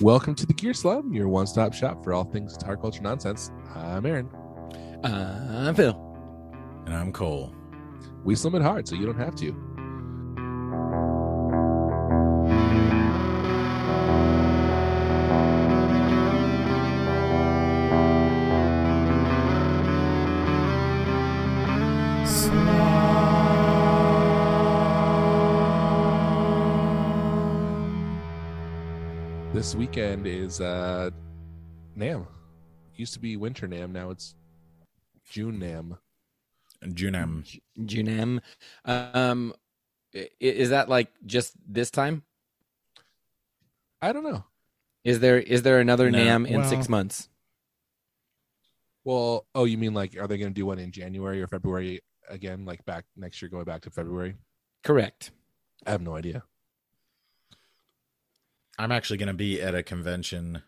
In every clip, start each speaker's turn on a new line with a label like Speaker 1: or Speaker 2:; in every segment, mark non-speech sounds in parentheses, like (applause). Speaker 1: Welcome to the Gear Slum, your one stop shop for all things guitar culture nonsense. I'm Aaron.
Speaker 2: I'm Phil.
Speaker 3: And I'm Cole.
Speaker 1: We slum it hard so you don't have to. This weekend is uh NAM. Used to be winter NAM, now it's June NAM.
Speaker 3: Junam.
Speaker 2: Junem. Um, i- is that like just this time?
Speaker 1: I don't know.
Speaker 2: Is there is there another
Speaker 3: No.
Speaker 2: Nam in
Speaker 3: Well-
Speaker 2: six months?
Speaker 1: Well, oh, you mean like are they going to do one in January or February again like back next year going back to February?
Speaker 2: Correct.
Speaker 1: I have no idea.
Speaker 3: I'm actually going to be at a convention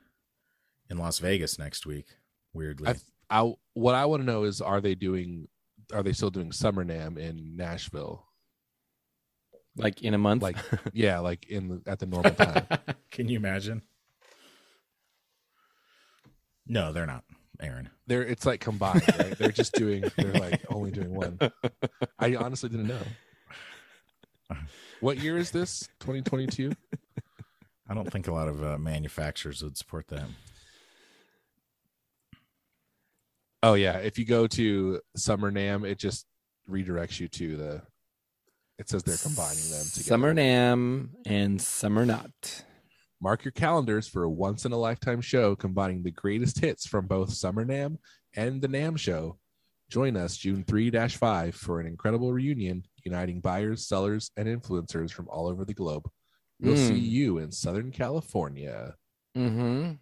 Speaker 3: in Las Vegas next week. Weirdly,
Speaker 1: I I what I want to know is are they doing are they still doing Summer NAM in Nashville? (laughs)
Speaker 2: Like in a month.
Speaker 1: Like yeah, like in the, at the normal time.
Speaker 3: (laughs) can you imagine? No, they're not, Aaron.
Speaker 1: They're it's like combined, right? They're just doing they're like only doing one. I honestly didn't know. What year is this? 2022?
Speaker 3: I don't think a lot of uh, manufacturers would support that.
Speaker 1: Oh yeah, if you go to Summer NAM, it just redirects you to the it says they're combining them together.
Speaker 2: Summer Nam and Summer Not.
Speaker 1: Mark your calendars for a once in a lifetime show combining the greatest hits from both Summer NAM and the NAM show. Join us June 3 5 for an incredible reunion uniting buyers, sellers, and influencers from all over the globe. We'll
Speaker 2: Mm.
Speaker 1: see
Speaker 3: Hmm.
Speaker 1: you in Southern California.
Speaker 2: Mm-hmm.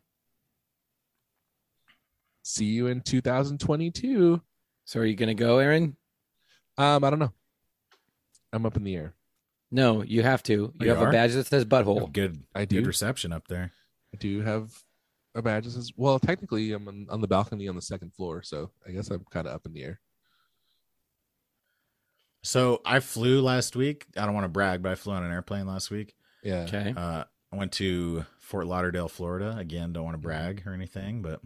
Speaker 1: See you in 2022.
Speaker 2: So are you gonna go, Aaron?
Speaker 1: Um, I don't know. I'm up in the air.
Speaker 2: No, you have to. You
Speaker 3: you
Speaker 2: have a
Speaker 3: are?
Speaker 2: badge that says
Speaker 3: Oh,
Speaker 2: butthole.
Speaker 3: good,
Speaker 1: I do.
Speaker 3: good reception up there.
Speaker 1: I do have a badge that says, well, technically, I'm on, on the balcony on the second floor. So I guess I'm kind of up in the air.
Speaker 3: So I flew last week. I don't want to brag, but I flew on an airplane last week.
Speaker 1: Yeah.
Speaker 2: Okay.
Speaker 3: Uh, I went to Fort Lauderdale, Florida. Again, don't want to
Speaker 1: Mm-hmm.
Speaker 3: brag or anything, but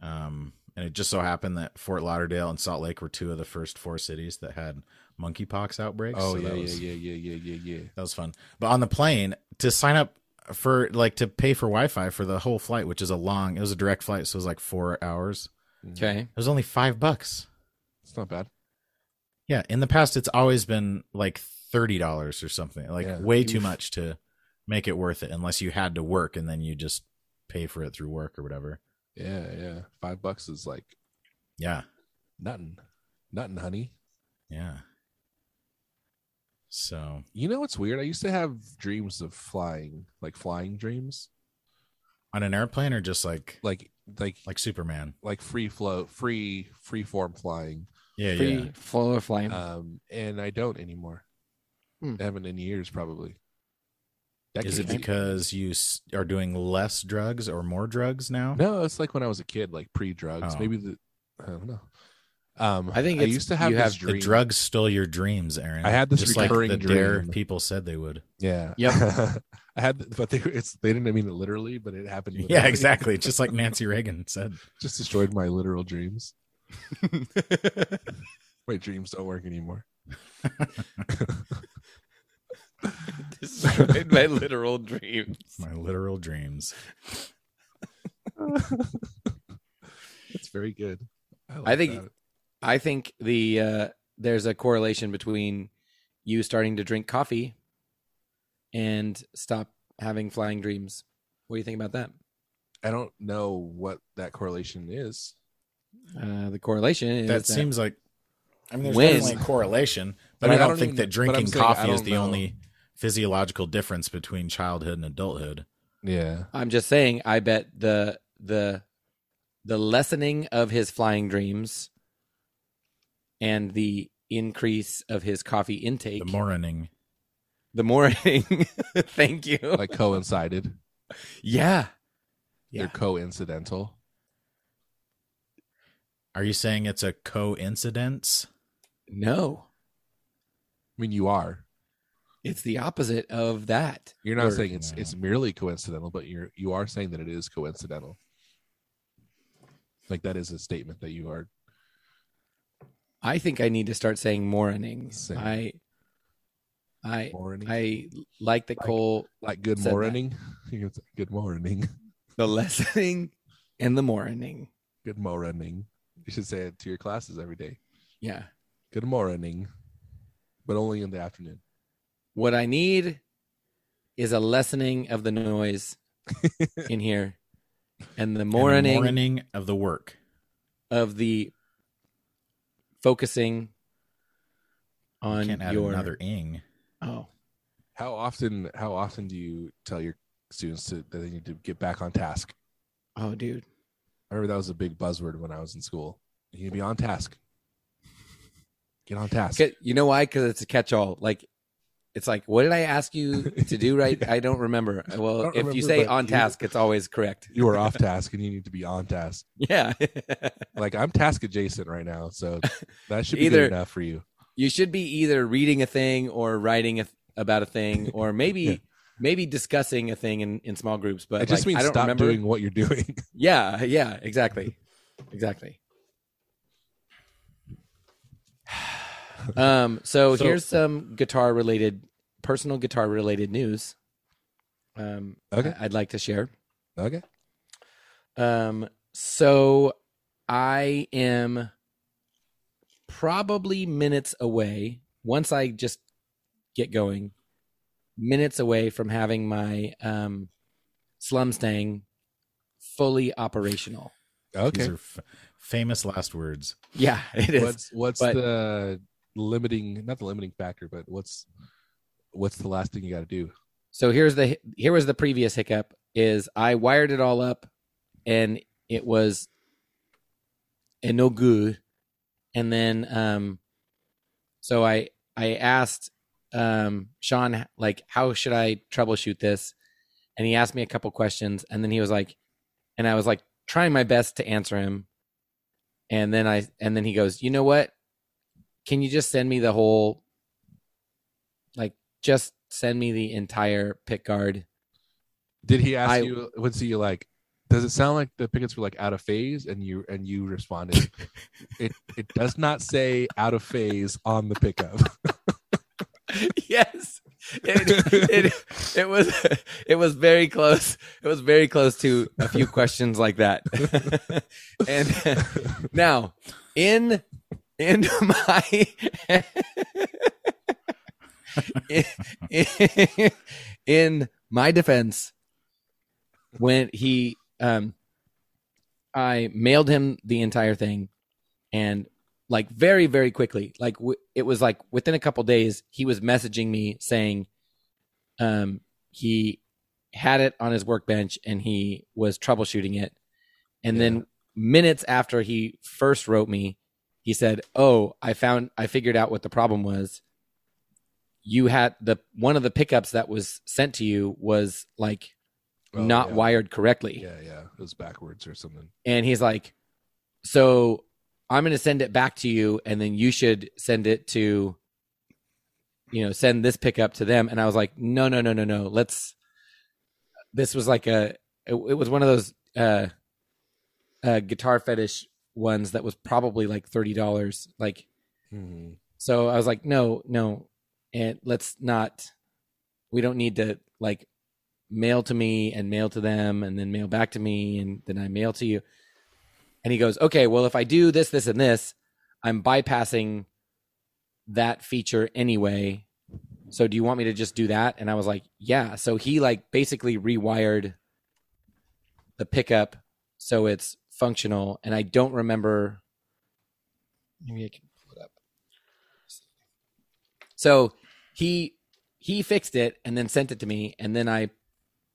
Speaker 3: um, and it just so happened that Fort Lauderdale and Salt Lake were two of the first four cities that had monkeypox outbreaks.
Speaker 1: Oh,
Speaker 3: so
Speaker 1: yeah,
Speaker 3: that
Speaker 1: yeah,
Speaker 3: was,
Speaker 1: yeah, yeah, yeah, yeah, yeah.
Speaker 3: that was fun. But on the plane to sign up for like to pay for Wi-Fi for the whole flight, which is a long. It was a direct flight, so it was like four hours.
Speaker 2: Okay.
Speaker 3: It was only five bucks.
Speaker 1: It's not bad.
Speaker 3: Yeah, in the past, it's always been like thirty dollars or something, like
Speaker 1: Yeah.
Speaker 3: way too
Speaker 2: Oof.
Speaker 3: much to make it worth it, unless you had to work and then you just pay for it through work or whatever.
Speaker 1: Yeah, yeah. Five bucks is like
Speaker 3: Yeah,
Speaker 1: nothing. Nothing, honey.
Speaker 3: yeah. So
Speaker 1: You know what's weird? I used to have dreams of flying, like flying dreams.
Speaker 3: on an airplane or just like like,
Speaker 1: Like like
Speaker 3: Superman?
Speaker 1: like free flow, free free form flying.
Speaker 3: Yeah,
Speaker 2: Free
Speaker 3: yeah.
Speaker 2: flow of flame.
Speaker 1: (laughs)
Speaker 2: (laughs)
Speaker 1: Um and I don't anymore.
Speaker 2: Hmm.
Speaker 1: I haven't in years probably.
Speaker 3: Is it
Speaker 1: Decades.
Speaker 3: because you s- are doing less drugs or more drugs now?
Speaker 1: No, it's like when I was a kid, like pre drugs.
Speaker 3: Oh.
Speaker 1: Maybe the I don't know. Um
Speaker 2: I think
Speaker 1: I
Speaker 2: it's-
Speaker 1: used to have
Speaker 2: you
Speaker 1: this
Speaker 2: have
Speaker 1: dream.
Speaker 3: The drugs stole your dreams, Aaron.
Speaker 1: I had this
Speaker 3: just
Speaker 1: recurring
Speaker 3: like the dare
Speaker 1: dream.
Speaker 3: people said they would.
Speaker 1: Yeah.
Speaker 2: Yep.
Speaker 1: (laughs) I had but they it's they didn't mean it literally, but it happened.
Speaker 3: Yeah,
Speaker 1: literally. (laughs)
Speaker 3: exactly. just like Nancy Reagan said.
Speaker 1: Just destroyed my literal dreams. My dreams don't work anymore.
Speaker 2: Destroyed my literal dreams.
Speaker 3: My literal dreams.
Speaker 1: (laughs) That's very good. like
Speaker 2: I think-
Speaker 1: that.
Speaker 2: I think the uh, there's a correlation between you starting to drink coffee and stop having flying dreams. What do you think about that?
Speaker 1: I don't know what that correlation is.
Speaker 2: Uh, the correlation is
Speaker 3: that seems like I mean, there's
Speaker 2: When-
Speaker 3: definitely a correlation, but,
Speaker 1: But
Speaker 3: I,
Speaker 1: I
Speaker 3: don't
Speaker 1: don't
Speaker 3: think
Speaker 1: even-
Speaker 3: that
Speaker 1: but I'm
Speaker 3: drinking
Speaker 1: saying I
Speaker 3: coffee is
Speaker 1: don't
Speaker 3: the
Speaker 1: know.
Speaker 3: only physiological difference between childhood and adulthood.
Speaker 1: Yeah.
Speaker 2: I'm just saying. I bet the the the lessening of his flying dreams and the increase of his coffee intake.
Speaker 3: The morning,
Speaker 2: the morning. (laughs) thank you.
Speaker 1: Like coincided.
Speaker 2: (laughs) yeah.
Speaker 1: They're coincidental.
Speaker 3: are you saying it's a coincidence?
Speaker 2: No.
Speaker 1: I mean, you are.
Speaker 2: It's the opposite of that.
Speaker 1: You're not
Speaker 2: Or-
Speaker 1: saying it's it's merely coincidental, but you're you are saying that it is coincidental. Like that is a statement that you are.
Speaker 2: I think I need to start saying mornings.
Speaker 1: Same.
Speaker 2: I, I,
Speaker 1: Morning.
Speaker 2: I like that
Speaker 1: Like-
Speaker 2: Cole
Speaker 1: like good
Speaker 2: said that.
Speaker 1: morning. (laughs) You can say, good morning.
Speaker 2: the (laughs) lessening and the morning.
Speaker 1: Good morning. You should say it to your classes every day.
Speaker 2: Yeah.
Speaker 1: Good morning, but only in the afternoon.
Speaker 2: What I need is a lessening of the noise in here and the morning,
Speaker 3: morning of the work.
Speaker 2: of the focusing on
Speaker 3: Can't add
Speaker 2: your
Speaker 3: another ing.
Speaker 2: oh
Speaker 1: How often? How often do you tell your students to, that they need to get back on task?
Speaker 2: oh dude
Speaker 1: I remember that was a big buzzword when I was in school. You need to be on task. Get on task.
Speaker 2: Okay, you know why because it's a catch-all like it's like what did i ask you to do
Speaker 1: (laughs)
Speaker 2: right i don't remember well
Speaker 1: I don't
Speaker 2: if
Speaker 1: remember,
Speaker 2: you say
Speaker 1: but
Speaker 2: on
Speaker 1: you-
Speaker 2: task it's always
Speaker 1: (laughs)
Speaker 2: correct
Speaker 1: you are off task, and you need to be on task.
Speaker 2: yeah
Speaker 1: Like I'm task adjacent right now,
Speaker 2: (laughs)
Speaker 1: so that should be
Speaker 2: Either-
Speaker 1: good enough for you.
Speaker 2: you should be either reading a thing or writing a th- about a thing or
Speaker 1: (laughs)
Speaker 2: maybe
Speaker 1: Yeah.
Speaker 2: maybe discussing a thing in, in small groups but
Speaker 1: it just
Speaker 2: like,
Speaker 1: means
Speaker 2: i don't
Speaker 1: stop
Speaker 2: remember
Speaker 1: doing what you're doing. (laughs)
Speaker 2: yeah yeah exactly exactly (sighs) um so,
Speaker 3: So-
Speaker 2: here's some guitar related personal guitar related news um
Speaker 1: Okay.
Speaker 2: I- i'd like to share
Speaker 1: okay.
Speaker 2: um, so I am probably minutes away once I just get going, minutes away from having my um, slum stang fully operational.
Speaker 1: Okay.
Speaker 3: These are f- famous last words.
Speaker 2: Yeah, (laughs) it is.
Speaker 1: what's what's
Speaker 2: but-
Speaker 1: the limiting not the limiting factor but what's what's the last thing you got to do
Speaker 2: So here's the here was the previous hiccup is I wired it all up and it was and no good. And then um so I I asked um Sean like how should I troubleshoot this? And he asked me a couple questions and then he was like and I was like trying my best to answer him. And then I and then he goes, "You know what? Can you just send me the whole just send me the entire pick guard.
Speaker 1: did he ask
Speaker 2: I-
Speaker 1: you what's he like does it sound like the pickets were like out of phase and you and you
Speaker 2: (laughs)
Speaker 1: responded it it does not say out of phase on the
Speaker 2: (laughs)
Speaker 1: pickup
Speaker 2: (laughs) yes. It, it, it was it was very close. It was very close to a (laughs) few questions like that. and now in in my (laughs) in, in my defense when he um I mailed him the entire thing and like very very quickly like w- it was like within a couple days he was messaging me saying um he had it on his workbench and he was troubleshooting it and
Speaker 1: Yeah.
Speaker 2: then minutes after he first wrote me he said oh i found i figured out what the problem was you had the one of the pickups that was sent to you was like
Speaker 1: Oh,
Speaker 2: not
Speaker 1: yeah.
Speaker 2: wired correctly
Speaker 1: yeah yeah it was backwards or something
Speaker 2: and he's like so i'm going to send it back to you and then you should send it to you know send this pickup to them and i was like no no no no no let's this was like a it, it was one of those uh uh guitar fetish ones that was probably like $30 like Mm-hmm.
Speaker 1: Mhm.
Speaker 2: so I was like, no, no, and let's not. We don't need to like mail to me and mail to them and then mail back to me and then I mail to you. And he goes, okay, well, if I do this, this, and this, I'm bypassing that feature anyway. So do you want me to just do that? And I was like, yeah. So he like basically rewired the pickup so it's functional. And I don't remember. Maybe I can pull it up. So he he fixed it and then sent it to me, and then I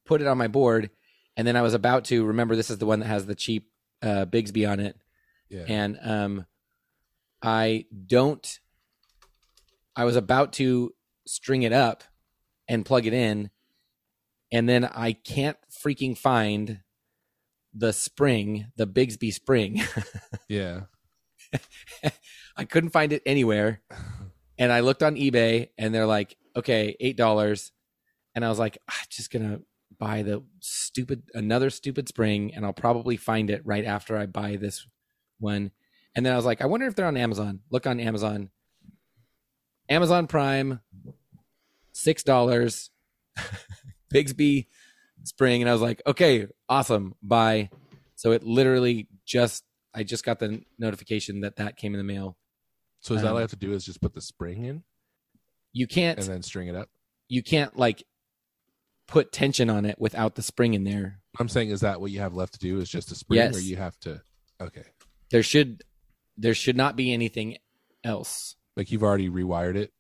Speaker 2: put it on my board, and then I was about to remember this is the one that has the cheap uh, Bigsby on it,
Speaker 1: yeah
Speaker 2: and um, I don't. I was about to string it up and plug it in, and then I can't freaking find the spring, the Bigsby spring. (laughs)
Speaker 1: yeah
Speaker 2: I couldn't find it anywhere. And I looked on eBay and they're like, okay, $8. And I was like, I'm just going to buy the stupid, another stupid spring and I'll probably find it right after I buy this one. And then I was like, I wonder if they're on Amazon. Look on Amazon. Amazon Prime, $6. (laughs) Bigsby spring. And I was like, okay, awesome. Bye. So it literally just, I just got the notification that that came in the mail
Speaker 1: So is that all
Speaker 2: Um,
Speaker 1: I have to do is just put the spring in
Speaker 2: you can't
Speaker 1: and then string it up?
Speaker 2: you can't like put tension on it without the spring in there
Speaker 1: I'm saying is that what you have left to do is just a spring or
Speaker 2: Yes.
Speaker 1: you have to okay.
Speaker 2: there should there should not be anything else
Speaker 1: Like you've already rewired it.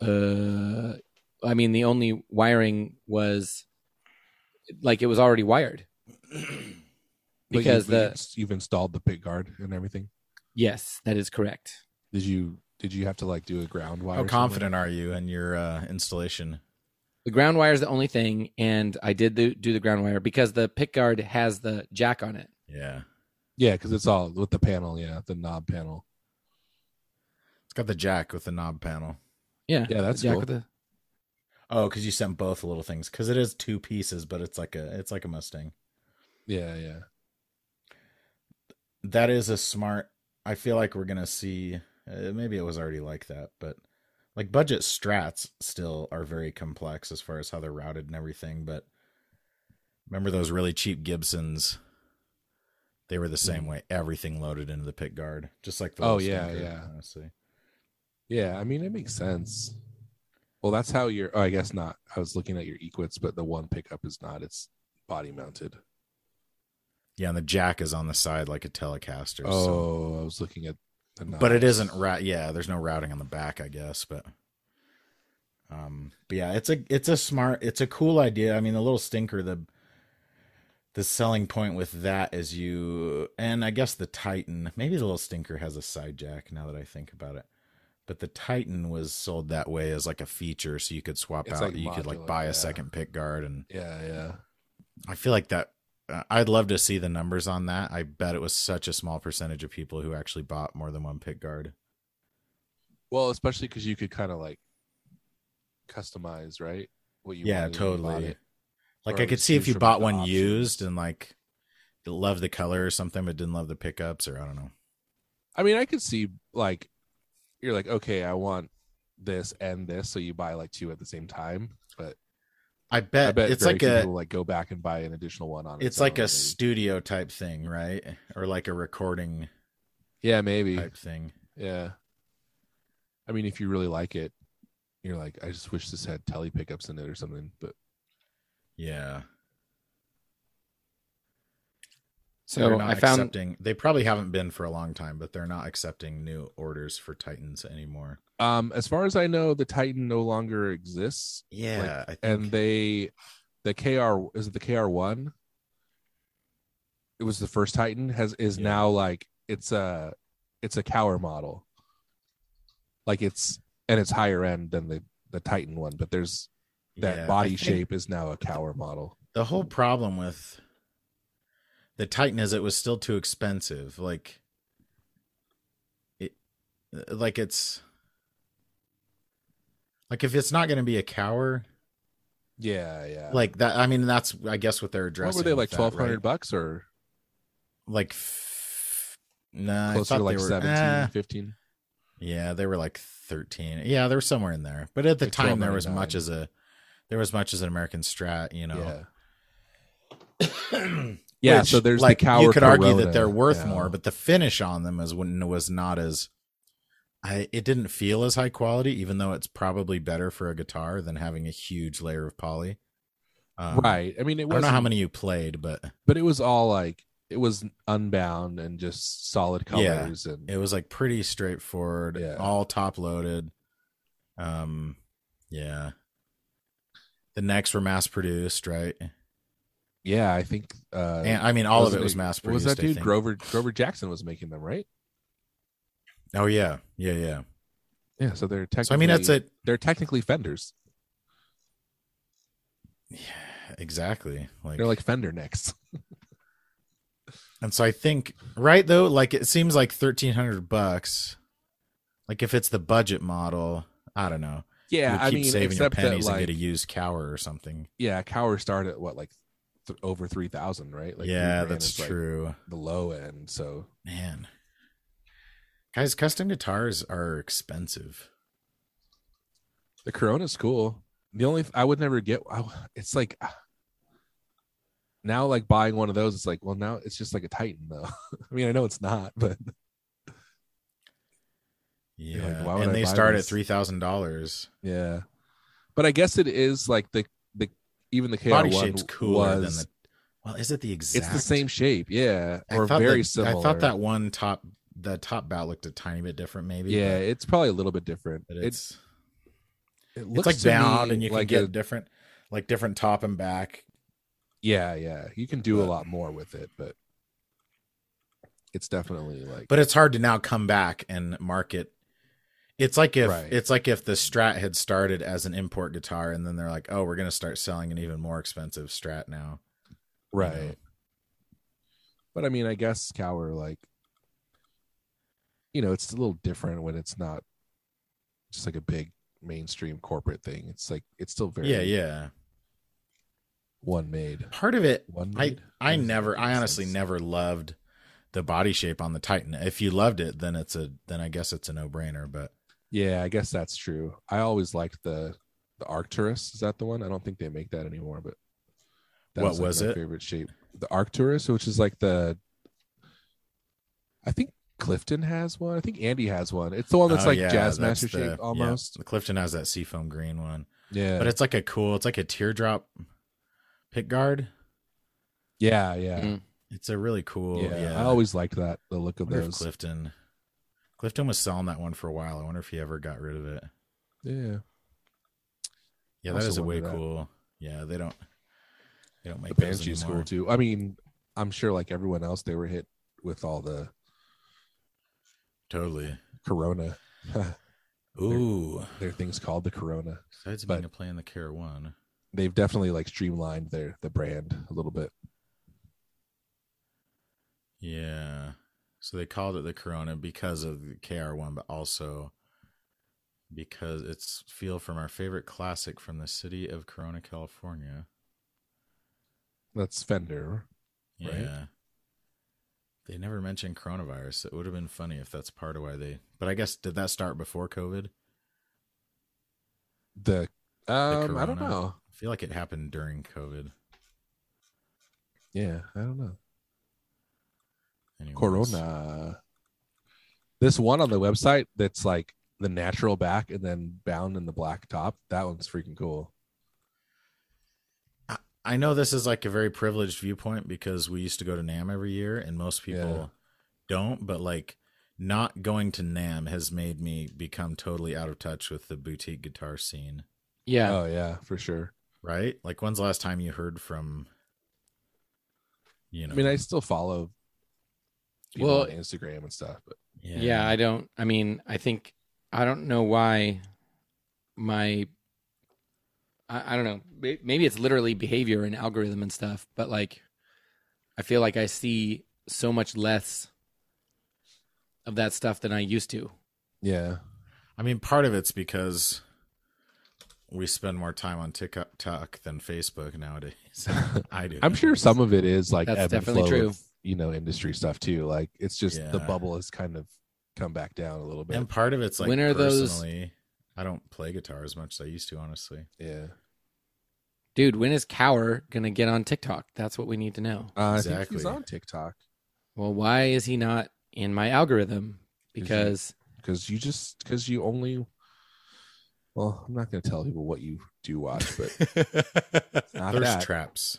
Speaker 2: uh i mean the only wiring was like it was already wired
Speaker 1: But you've-
Speaker 2: because the
Speaker 1: you've, you've installed the pit guard and everything.
Speaker 2: yes that is correct
Speaker 1: Did you did you have to like do a ground wire?
Speaker 3: How
Speaker 1: somewhere?
Speaker 3: confident are you in your uh, installation?
Speaker 2: the ground wire is the only thing and i did the, do the ground wire because the pick guard has the jack on it
Speaker 3: Yeah,
Speaker 1: Yeah, because it's all with the panel. Yeah, the knob panel.
Speaker 3: it's got the jack with the knob panel.
Speaker 2: yeah
Speaker 1: Yeah, that's
Speaker 2: the jack
Speaker 1: cool.
Speaker 2: with the,
Speaker 3: Oh, because you sent both little things. Because it is two pieces, but it's like a it's like a Mustang.
Speaker 1: Yeah, yeah.
Speaker 3: that is a smart i feel like we're gonna see uh, maybe it was already like that but like budget strats still are very complex as far as how they're routed and everything but remember those really cheap gibsons they were the same way everything loaded into the pit guard just like the
Speaker 1: Oh,
Speaker 3: little
Speaker 1: yeah,
Speaker 3: stinker,
Speaker 1: yeah.
Speaker 3: honestly
Speaker 1: Yeah, I mean it makes sense. Well, that's how your. Oh, I guess not. I was looking at your equits, but the one pickup is not. It's body mounted.
Speaker 3: yeah and the jack is on the side like a telecaster so.
Speaker 1: Oh, I was looking at the. Knobs.
Speaker 3: but it isn't right yeah there's no routing on the back i guess but um but yeah it's a it's a smart it's a cool idea i mean the little stinker the the selling point with that is you and i guess the titan maybe the little stinker has a side jack now that i think about it but the titan was sold that way as like a feature so you could swap
Speaker 1: It's
Speaker 3: out
Speaker 1: like
Speaker 3: you could like
Speaker 1: modular,
Speaker 3: buy
Speaker 1: yeah.
Speaker 3: a second pick guard and
Speaker 1: Yeah, yeah.
Speaker 3: I feel like that. uh, I'd love to see the numbers on that. I bet it was such a small percentage of people who actually bought more than one pick guard.
Speaker 1: Well, especially because you could kind of like customize, right? What you
Speaker 3: yeah,
Speaker 1: wanted when you bought
Speaker 3: totally.
Speaker 1: it.
Speaker 3: Like
Speaker 1: Or
Speaker 3: I
Speaker 1: it
Speaker 3: could
Speaker 1: was
Speaker 3: see if
Speaker 1: used
Speaker 3: you
Speaker 1: from
Speaker 3: bought
Speaker 1: the
Speaker 3: one
Speaker 1: option.
Speaker 3: used and like loved the color or something, but didn't love the pickups or I don't know.
Speaker 1: I mean, I could see like you're like, okay, I want this and this, so you buy like two at the same time. But
Speaker 3: I bet,
Speaker 1: I bet
Speaker 3: Uh, it's
Speaker 1: very
Speaker 3: like
Speaker 1: few
Speaker 3: a
Speaker 1: people like go back and buy an additional one on.
Speaker 3: it's like
Speaker 1: own,
Speaker 3: a
Speaker 1: maybe.
Speaker 3: studio type thing, right? Or like a recording
Speaker 1: yeah, maybe
Speaker 3: type thing.
Speaker 1: yeah. I mean, if you really like it, you're like, I just wish this had tele pickups in it or something. But
Speaker 3: Yeah.
Speaker 2: so i found
Speaker 3: accepting. They probably haven't been for a long time, but they're not accepting new orders for Titans anymore.
Speaker 1: um, as far as I know, the Titan no longer exists.
Speaker 3: Yeah, I
Speaker 1: and they the kr is it the kr1 it was the first titan has is
Speaker 3: Yeah.
Speaker 1: now like it's a it's a cower model like it's and it's higher end than the the titan one but there's that
Speaker 3: Yeah, I
Speaker 1: body
Speaker 3: think
Speaker 1: shape is now a cower model
Speaker 3: The whole problem with the Titan is it was still too expensive. Like it, like it's like if it's not going to be a cower,
Speaker 1: yeah yeah
Speaker 3: like that. I mean, that's I guess what they're
Speaker 1: what
Speaker 3: addressing.
Speaker 1: were they like
Speaker 3: with that, right?
Speaker 1: 1200 bucks or
Speaker 3: Like, f- nah, I
Speaker 1: closer
Speaker 3: thought
Speaker 1: to
Speaker 3: they
Speaker 1: like
Speaker 3: were,
Speaker 1: 17
Speaker 3: eh,
Speaker 1: 15
Speaker 3: Yeah, they were like thirteen. Yeah, they were somewhere in there. But at the
Speaker 1: Like
Speaker 3: time, there was much
Speaker 1: 12.99.
Speaker 3: as a there was much as an American strat. You
Speaker 1: yeah
Speaker 3: know,
Speaker 1: yeah
Speaker 3: Which,
Speaker 1: so there's
Speaker 3: like
Speaker 1: the cower
Speaker 3: you could argue
Speaker 1: Corona
Speaker 3: that they're worth
Speaker 1: now.
Speaker 3: more, but the finish on them is when was not as I it didn't feel as high quality, even though it's probably better for a guitar than having a huge layer of poly. Um,
Speaker 1: right i mean it
Speaker 3: I don't
Speaker 1: was
Speaker 3: know how many you played, but
Speaker 1: but it was all like it was unbound and just solid
Speaker 3: Yeah.
Speaker 1: colors and
Speaker 3: it was like pretty straightforward,
Speaker 1: Yeah.
Speaker 3: all top loaded. Um, yeah. The necks were mass produced, right?
Speaker 1: yeah i think uh
Speaker 3: And I mean, all of
Speaker 1: wasn't
Speaker 3: it was
Speaker 1: it-
Speaker 3: mass
Speaker 1: what Uh, was
Speaker 3: produced.
Speaker 1: that
Speaker 3: I
Speaker 1: dude
Speaker 3: think.
Speaker 1: grover grover jackson was making them right
Speaker 3: Oh yeah, yeah, yeah.
Speaker 1: yeah so they're technically
Speaker 3: So I mean, that's a
Speaker 1: they're technically fenders
Speaker 3: yeah, exactly. Like
Speaker 1: they're like fender necks (laughs)
Speaker 3: And so I think right though, like it seems like thirteen hundred bucks Like if it's the budget model, I don't know.
Speaker 1: Yeah,
Speaker 3: you keep
Speaker 1: I mean,
Speaker 3: saving your
Speaker 1: except that
Speaker 3: pennies
Speaker 1: like,
Speaker 3: and get a used cower or something.
Speaker 1: yeah, Cower started at what like th- over three thousand, right? Like three
Speaker 3: yeah,
Speaker 1: grand
Speaker 3: that's
Speaker 1: is, like,
Speaker 3: true.
Speaker 1: the low end, so
Speaker 3: Man. Guys, custom guitars are expensive.
Speaker 1: the Corona's cool. The only th- I would never get. I, it's like ah. now, like buying one of those, it's like, well, now it's just like a Titan, though. (laughs) I mean, I know it's not, (laughs) but
Speaker 3: Yeah.
Speaker 1: like, why would
Speaker 3: and
Speaker 1: I
Speaker 3: they
Speaker 1: buy
Speaker 3: start
Speaker 1: this?
Speaker 3: at three thousand dollars.
Speaker 1: yeah. But I guess it is like the the even the KR
Speaker 3: Body
Speaker 1: one
Speaker 3: shape's cooler
Speaker 1: was-
Speaker 3: than the Well, is it the exact
Speaker 1: it's the same shape, yeah,
Speaker 3: I
Speaker 1: or
Speaker 3: thought
Speaker 1: very
Speaker 3: that-
Speaker 1: similar.
Speaker 3: I thought that one top the top bout looked a tiny bit different, maybe.
Speaker 1: yeah,
Speaker 3: but-
Speaker 1: it's probably a little bit different.
Speaker 3: but,
Speaker 1: It-
Speaker 3: it's
Speaker 1: it,
Speaker 3: it's
Speaker 1: looks
Speaker 3: like
Speaker 1: to me
Speaker 3: bound and you can
Speaker 1: like
Speaker 3: get
Speaker 1: a-
Speaker 3: different like different top and back.
Speaker 1: yeah, yeah, you can do a
Speaker 3: But-
Speaker 1: lot more with it, but it's definitely like
Speaker 3: But it's hard to now come back and market. It's like if
Speaker 1: Right.
Speaker 3: it's like if the Strat had started as an import guitar, and then they're like, "Oh, we're going to start selling an even more expensive Strat now." you know?
Speaker 1: right. But I mean, I guess Cower, like, you know, it's a little different when it's not just like a big mainstream corporate thing. It's like it's still very
Speaker 3: Yeah, yeah.
Speaker 1: one made.
Speaker 3: Part of it,
Speaker 1: One
Speaker 3: I
Speaker 1: made.
Speaker 3: I
Speaker 1: Does that
Speaker 3: never,
Speaker 1: make
Speaker 3: I honestly
Speaker 1: sense?
Speaker 3: never loved the body shape on the Titan. If you loved it, then it's a then I guess it's a no brainer. But
Speaker 1: Yeah, I guess that's true. I always liked the the Arcturus. Is that the one? I don't think they make that anymore, but
Speaker 3: What
Speaker 1: like,
Speaker 3: was
Speaker 1: my
Speaker 3: it?
Speaker 1: favorite shape. The Arcturus, which is like the I think Clifton has one. I think Andy has one. It's the one that's
Speaker 3: Oh,
Speaker 1: like
Speaker 3: yeah,
Speaker 1: jazz
Speaker 3: that's
Speaker 1: master
Speaker 3: the- yeah,
Speaker 1: shape almost.
Speaker 3: the Clifton has that seafoam green one,
Speaker 1: Yeah.
Speaker 3: but it's like a cool, it's like a teardrop pick guard.
Speaker 1: yeah, yeah.
Speaker 2: Mm.
Speaker 3: It's a really cool.
Speaker 1: yeah.
Speaker 3: Yeah,
Speaker 1: I always liked that the look of
Speaker 3: wonder if
Speaker 1: those.
Speaker 3: Clifton. Clifton was selling that one for a while. I wonder if he ever got rid of it.
Speaker 1: yeah.
Speaker 3: Yeah, that
Speaker 1: Also
Speaker 3: is a way
Speaker 1: wonder that.
Speaker 3: cool. Yeah, they don't. They don't
Speaker 1: The
Speaker 3: make those
Speaker 1: Banshee's
Speaker 3: anymore.
Speaker 1: cool too. I mean, I'm sure like everyone else they were hit with all the
Speaker 3: Totally.
Speaker 1: corona.
Speaker 3: Ooh,
Speaker 1: Their things called the corona.
Speaker 3: besides
Speaker 1: But-
Speaker 3: being a play in the care one.
Speaker 1: they've definitely like streamlined their the brand a little bit.
Speaker 3: Yeah. So they called it the Corona because of the KR1, but also because it's feel from our favorite classic from the city of Corona, California.
Speaker 1: That's Fender.
Speaker 3: Yeah.
Speaker 1: Right.
Speaker 3: They never mentioned coronavirus. It would have been funny if that's part of why they. But I guess did that start before COVID?
Speaker 1: The um, I don't
Speaker 3: Corona.
Speaker 1: know.
Speaker 3: I feel like it happened during COVID.
Speaker 1: Yeah, I don't know.
Speaker 3: Anyways.
Speaker 1: Corona. This one on the website that's like the natural back and then bound in the black top. That one's freaking cool.
Speaker 3: I know this is like a very privileged viewpoint because we used to go to NAM every year and most people
Speaker 1: Yeah.
Speaker 3: don't, but like not going to NAM has made me become totally out of touch with the boutique guitar scene,
Speaker 2: Yeah.
Speaker 1: Oh yeah, for sure.
Speaker 3: right? Like when's the last time you heard from you know
Speaker 1: I mean, I still follow people
Speaker 2: Well-
Speaker 1: on Instagram and stuff, but
Speaker 2: yeah. I don't I mean, I think I don't know why my I, I don't know. May- Maybe it's literally behavior and algorithm and stuff, but like I feel like I see so much less of that stuff than I used to.
Speaker 1: yeah,
Speaker 3: I mean, part of it's because we spend more time on TikTok than Facebook nowadays. (laughs) I do.
Speaker 1: I'm sure some of it is like
Speaker 2: That's
Speaker 1: ebb and
Speaker 2: definitely
Speaker 1: flow
Speaker 2: true.
Speaker 1: Of, you know, industry stuff too. Like it's just the
Speaker 3: Yeah.
Speaker 1: bubble has kind of come back down a little bit.
Speaker 3: and part of it's like
Speaker 2: When are those-
Speaker 3: personally, I don't play guitar as much as I used to, honestly.
Speaker 1: yeah.
Speaker 2: Dude, when is Cower going to get on TikTok? That's what we need to know.
Speaker 1: Uh, I think
Speaker 3: Exactly.
Speaker 1: he's on TikTok
Speaker 2: Well, why is he not in my algorithm?
Speaker 1: Is he-
Speaker 2: Because
Speaker 1: because you just because you only. Well, I'm not going to tell people what you do watch,
Speaker 3: (laughs)
Speaker 1: but Not
Speaker 3: Thirst
Speaker 1: that.
Speaker 3: traps.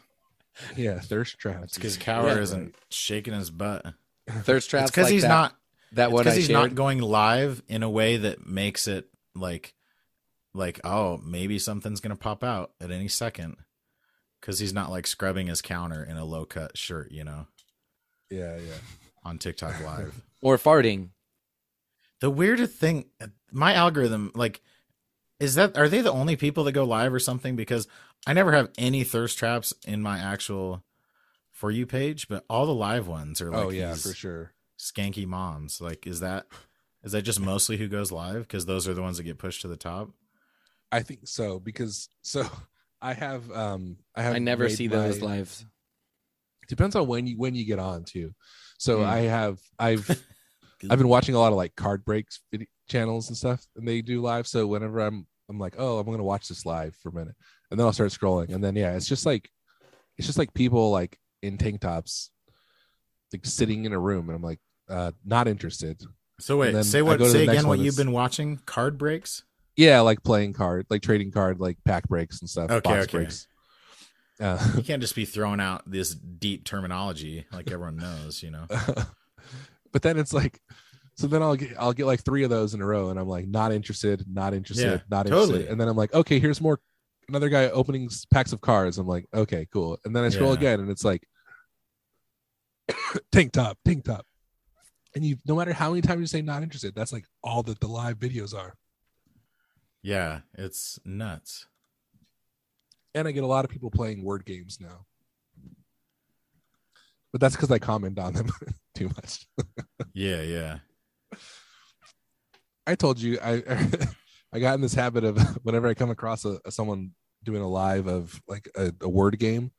Speaker 1: yeah, thirst traps.
Speaker 3: It's because
Speaker 1: is-
Speaker 3: Cower
Speaker 2: Yeah.
Speaker 3: isn't shaking his butt.
Speaker 2: thirst traps
Speaker 3: It's because
Speaker 2: like
Speaker 3: he's
Speaker 2: that,
Speaker 3: not.
Speaker 2: that
Speaker 3: It's
Speaker 2: what I
Speaker 3: because he's
Speaker 2: shared.
Speaker 3: not going live in a way that makes it like, like oh maybe something's gonna pop out at any second. Because he's not like scrubbing his counter in a low cut shirt, you know,
Speaker 1: Yeah, yeah.
Speaker 3: on TikTok
Speaker 1: (laughs)
Speaker 3: live.
Speaker 2: or farting.
Speaker 3: The weirdest thing, my algorithm, like, is that are they the only people that go live or something? Because I never have any thirst traps in my actual for you page, but all the live ones are like
Speaker 1: oh yeah,
Speaker 3: these
Speaker 1: for sure.
Speaker 3: skanky moms. Like, is that Is that just mostly who goes live? Because those are the ones that get pushed to the top.
Speaker 1: I think so because so (laughs) I have um I have
Speaker 2: I never
Speaker 1: made
Speaker 2: see
Speaker 1: my-
Speaker 2: those lives.
Speaker 1: Depends on when you when you get on too. So
Speaker 2: Mm.
Speaker 1: I have
Speaker 3: (laughs)
Speaker 1: I've I've been watching a lot of like card breaks video channels and stuff, and they do live. So whenever I'm I'm like, oh, I'm gonna watch this live for a minute, and then I'll start scrolling, and then yeah, it's just like it's just like people like in tank tops, like sitting in a room, and I'm like, uh, not interested.
Speaker 3: So wait,
Speaker 1: then
Speaker 3: say
Speaker 1: I
Speaker 3: what?
Speaker 1: go to the
Speaker 3: Say
Speaker 1: next
Speaker 3: again
Speaker 1: one
Speaker 3: what you've
Speaker 1: that's-
Speaker 3: been watching? Card breaks.
Speaker 1: Yeah, like playing card, like trading card, like pack breaks and stuff.
Speaker 3: Okay,
Speaker 1: box
Speaker 3: okay.
Speaker 1: breaks. Uh, (laughs)
Speaker 3: You can't just be throwing out this deep terminology like
Speaker 1: (laughs)
Speaker 3: everyone knows. You know.
Speaker 1: but then it's like, so then I'll get I'll get like three of those in a row, and I'm like, not interested, not interested,
Speaker 3: Yeah,
Speaker 1: not
Speaker 3: totally.
Speaker 1: interested. And then I'm like, okay, here's more. Another guy opening s- packs of cards. I'm like, okay, cool. And then I scroll
Speaker 3: Yeah.
Speaker 1: again, and it's like, (coughs) tank top, tank top. And you, no matter how many times you say not interested, that's like all that the live videos are.
Speaker 3: Yeah, it's nuts.
Speaker 1: and I get a lot of people playing word games now. But that's because I comment on them (laughs) too much.
Speaker 3: Yeah, yeah.
Speaker 1: I told you I (laughs) I got in this habit of (laughs) whenever I come across a, someone doing a live of like a, a word game,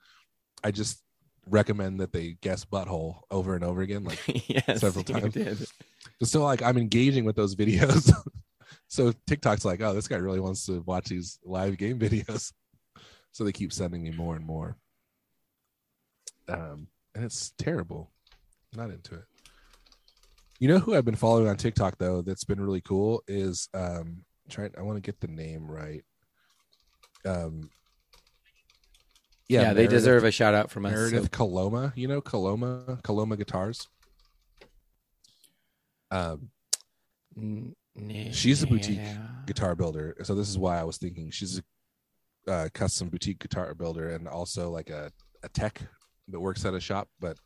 Speaker 1: I just recommend that they guess butthole over and over again, like
Speaker 2: (laughs) yes,
Speaker 1: Several
Speaker 2: you
Speaker 1: times.
Speaker 2: did.
Speaker 1: just so like I'm engaging with those videos. (laughs) so TikTok's like, oh, this guy really wants to watch these live game videos. So they keep sending me more and more. Um, and it's terrible. Not into it. You know who I've been following on TikTok though that's been really cool is um trying I want to get the name right. Um
Speaker 2: Yeah, they
Speaker 1: Meredith-
Speaker 2: deserve a shout out from us. so-
Speaker 1: Meredith Coloma, you know Coloma, Coloma Guitars. Um
Speaker 2: N- n-
Speaker 1: She's a boutique
Speaker 2: yeah.
Speaker 1: guitar builder. So this is why I was thinking she's a uh, custom boutique guitar builder and also like a, a tech that works at a shop. But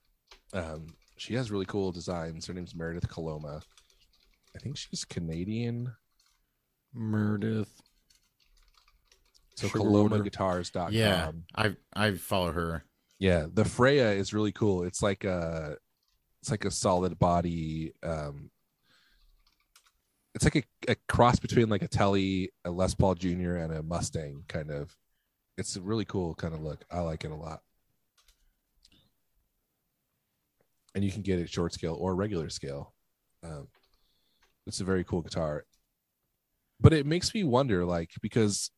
Speaker 1: um, she has really cool designs. Her name's Meredith Coloma. I think she's Canadian.
Speaker 2: Meredith.
Speaker 1: So
Speaker 2: Sugar water.
Speaker 1: colomaguitars.com.
Speaker 3: Yeah. I I follow her.
Speaker 1: Yeah, the Freya is really cool. It's like a it's like a solid body um it's like a, a cross between like a Telly, a Les Paul Jr. and a Mustang kind of. It's a really cool kind of look. I like it a lot. And you can get it short scale or regular scale. Um, it's a very cool guitar. But it makes me wonder like because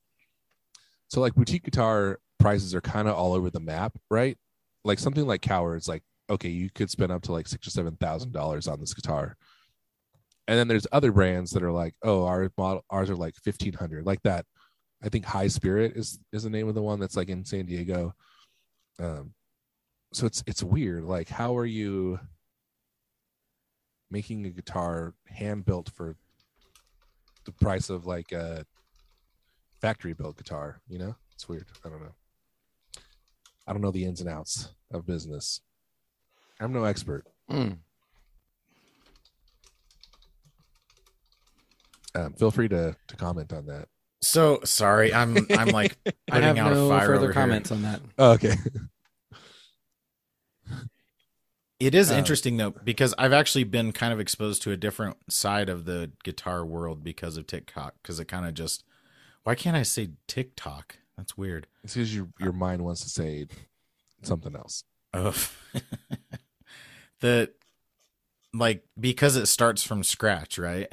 Speaker 1: so like boutique guitar prices are kind of all over the map, right? Like something like Cowards, like okay, you could spend up to like six or seven thousand dollars on this guitar, and then there's other brands that are like, oh, our model, ours are like fifteen hundred, like that. I think High Spirit is is the name of the one that's like in San Diego. Um, so it's it's weird. Like, how are you making a guitar hand built for the price of like a factory built guitar. You know, it's weird. I don't know. I don't know the ins and outs of business. I'm no expert.
Speaker 2: Mm.
Speaker 1: Um, feel free to to comment on that. (laughs)
Speaker 3: So sorry, I'm I'm like
Speaker 2: (laughs) I have
Speaker 3: putting out a
Speaker 2: no
Speaker 3: fire over
Speaker 2: further
Speaker 3: here.
Speaker 2: comments on that.
Speaker 1: Oh, okay.
Speaker 3: It is
Speaker 1: Uh,
Speaker 3: interesting though because I've actually been kind of exposed to a different side of the guitar world because of TikTok because it kind of just why can't I say TikTok? That's weird.
Speaker 1: It's because your your mind wants to say something else.
Speaker 3: Ugh. (laughs) the like because it starts from scratch, right?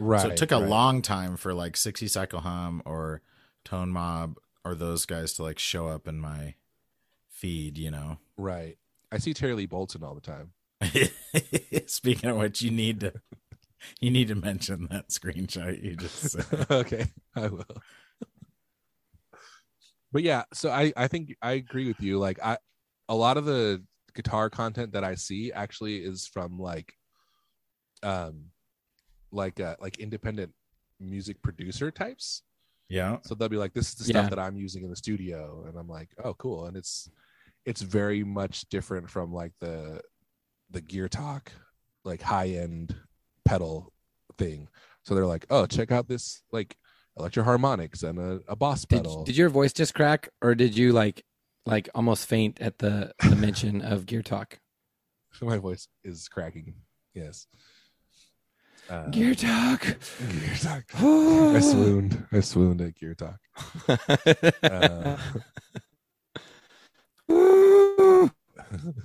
Speaker 1: Right.
Speaker 3: so it took a
Speaker 1: right.
Speaker 3: long time for like 60 cycle hum or tone mob or those guys to like show up in my feed, you know.
Speaker 1: Right. I see Terry Lee Bolton all the time.
Speaker 3: (laughs) Speaking of which, you need to you need to mention that screenshot you just said.
Speaker 1: (laughs) okay, I will. But yeah, so I I think I agree with you. Like I, a lot of the guitar content that I see actually is from like, um, like uh like independent music producer types.
Speaker 3: Yeah.
Speaker 1: So they'll be like, "This is the
Speaker 2: Yeah.
Speaker 1: stuff that I'm using in the studio," and I'm like, "Oh, cool!" And it's it's very much different from like the the gear talk, like high end pedal thing. So they're like, "Oh, check out this like electro harmonics and a, a boss
Speaker 2: Did,
Speaker 1: pedal."
Speaker 2: did your voice just crack, or did you like, like almost faint at the,
Speaker 1: (laughs)
Speaker 2: the mention of Gear Talk?
Speaker 1: My voice is cracking. Yes. Uh,
Speaker 2: (laughs) Gear Talk.
Speaker 1: (laughs) Gear Talk. I swooned. I swooned at Gear Talk. Uh,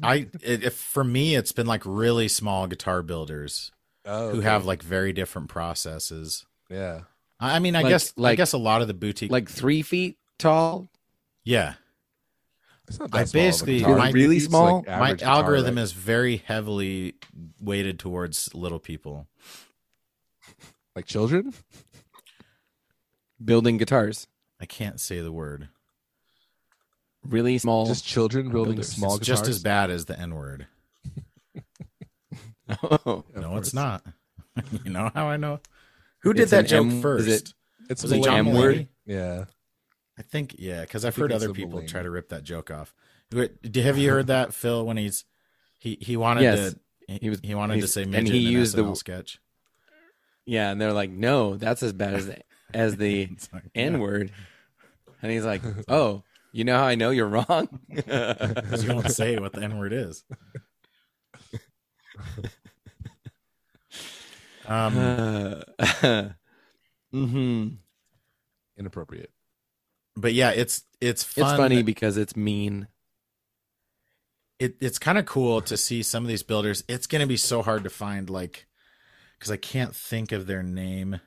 Speaker 3: I it, it, for me, it's been like really small guitar builders
Speaker 1: oh,
Speaker 3: who
Speaker 1: okay.
Speaker 3: have like very different processes.
Speaker 1: yeah.
Speaker 3: I, I mean, I
Speaker 2: Like-
Speaker 3: guess I
Speaker 2: like-
Speaker 3: guess a lot of the
Speaker 2: (laughs)
Speaker 3: boutique,
Speaker 2: like three feet tall.
Speaker 3: yeah,
Speaker 1: It's not small
Speaker 3: I
Speaker 1: of a
Speaker 3: basically-
Speaker 1: guitar.
Speaker 3: my-
Speaker 2: Really
Speaker 1: It's like
Speaker 2: small?
Speaker 1: average
Speaker 3: my
Speaker 1: guitar,
Speaker 3: algorithm
Speaker 1: like-
Speaker 3: is very heavily weighted towards little people.
Speaker 1: like children.
Speaker 2: building guitars.
Speaker 3: I can't say the word.
Speaker 2: Really small.
Speaker 1: Just children building
Speaker 2: builders.
Speaker 1: small
Speaker 3: it's
Speaker 1: guitars.
Speaker 3: just as bad as the N word.
Speaker 2: (laughs) Oh.
Speaker 1: Of
Speaker 3: no, it's
Speaker 1: course.
Speaker 3: not. (laughs) you know how I know? Who
Speaker 2: It's
Speaker 3: did that
Speaker 2: an
Speaker 3: joke
Speaker 2: M- is
Speaker 3: first?
Speaker 2: it-
Speaker 1: It's
Speaker 3: was it John
Speaker 2: M
Speaker 1: Mulaney.
Speaker 2: word?
Speaker 3: Mulaney?
Speaker 1: Yeah.
Speaker 3: I think yeah, because
Speaker 1: I
Speaker 3: I've
Speaker 1: think
Speaker 3: heard
Speaker 1: it's
Speaker 3: other
Speaker 1: a
Speaker 3: people try
Speaker 1: Mulaney.
Speaker 3: to rip that joke off. Wait, d- Have you heard that Phil when he's he he wanted
Speaker 2: Yes.
Speaker 3: to he,
Speaker 2: He was-
Speaker 3: he wanted to
Speaker 2: he's-
Speaker 3: say
Speaker 2: and
Speaker 3: midget and
Speaker 2: he used the-
Speaker 3: SNL sketch
Speaker 2: Yeah, and they're like, no, that's as bad as the, as (laughs) the
Speaker 3: (laughs) It's like, yeah.
Speaker 2: N word. And he's like, oh, you know how I know you're wrong? (laughs)
Speaker 3: 'Cause you won't say what the N word is. um,
Speaker 2: (laughs) hmm
Speaker 1: Inappropriate.
Speaker 3: but yeah, it's it's fun.
Speaker 2: It's funny because it's mean.
Speaker 3: It, it's kind of cool to see some of these builders. It's gonna be so hard to find like because I can't think of their name.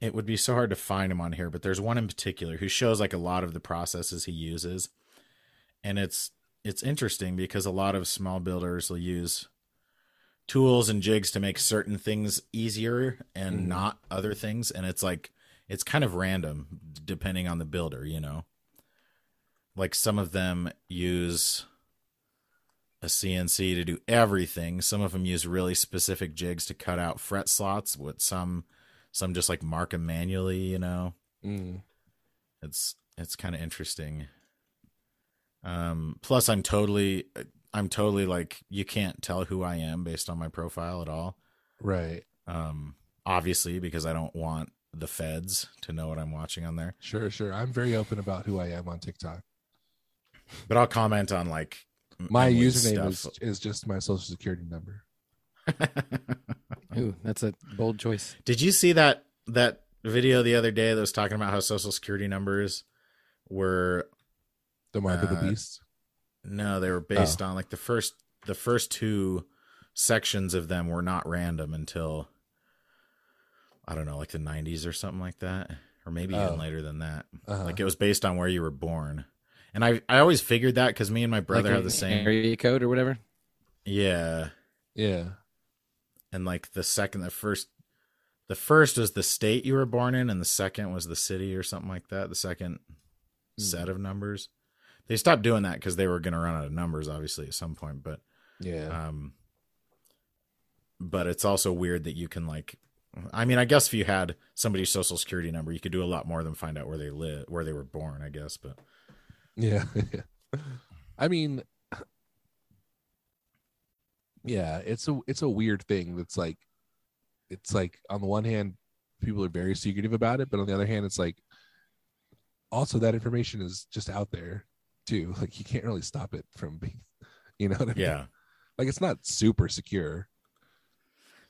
Speaker 3: It would be so hard to find him on here, but there's one in particular who shows like a lot of the processes he uses, and it's it's interesting because a lot of small builders will use tools and jigs to make certain things easier and
Speaker 1: Mhm.
Speaker 3: not other things, and it's like it's kind of random depending on the builder, you know. Like some of them use a CNC to do everything. Some of them use really specific jigs to cut out fret slots. With some, some just like mark them manually. You know,
Speaker 1: Mm.
Speaker 3: it's it's kind of interesting. Um, plus, I'm totally, I'm totally like you can't tell who I am based on my profile at all.
Speaker 1: Right.
Speaker 3: Um, obviously, because I don't want the feds to know what I'm watching on there.
Speaker 1: Sure. Sure. I'm very open about who I am on TikTok.
Speaker 3: But I'll comment on like m-
Speaker 1: My
Speaker 3: Emily's
Speaker 1: username is,
Speaker 3: stuff.
Speaker 1: is just my social security number.
Speaker 2: Ooh, that's a bold choice.
Speaker 3: (laughs) Did you see that that video the other day that was talking about how social security numbers were
Speaker 1: The Mark of the
Speaker 3: Uh,
Speaker 1: Beast.
Speaker 3: no, they were based on like the first the first two sections of them were not random until I don't know, like the 90s or something like that or maybe
Speaker 1: Oh.
Speaker 3: even later than that.
Speaker 1: Uh-huh.
Speaker 3: Like it was based on where you were born. And I I always figured that cuz me and my brother
Speaker 2: like
Speaker 3: have the
Speaker 2: an
Speaker 3: same
Speaker 2: area code or whatever.
Speaker 3: Yeah.
Speaker 1: yeah.
Speaker 3: and like the second the first the first was the state you were born in and the second was the city or something like that the second
Speaker 1: Mm.
Speaker 3: set of numbers they stopped doing that because they were going to run out of numbers obviously at some point but
Speaker 1: Yeah.
Speaker 3: um but it's also weird that you can like i mean i guess if you had somebody's social security number you could do a lot more than find out where they live where they were born i guess but
Speaker 1: Yeah. (laughs) I mean, yeah, it's a it's a weird thing that's like it's like on the one hand people are very secretive about it, but on the other hand it's like also that information is just out there too. (laughs) Like you can't really stop it from being (laughs) you know what I mean?
Speaker 3: yeah
Speaker 1: Like it's not super secure.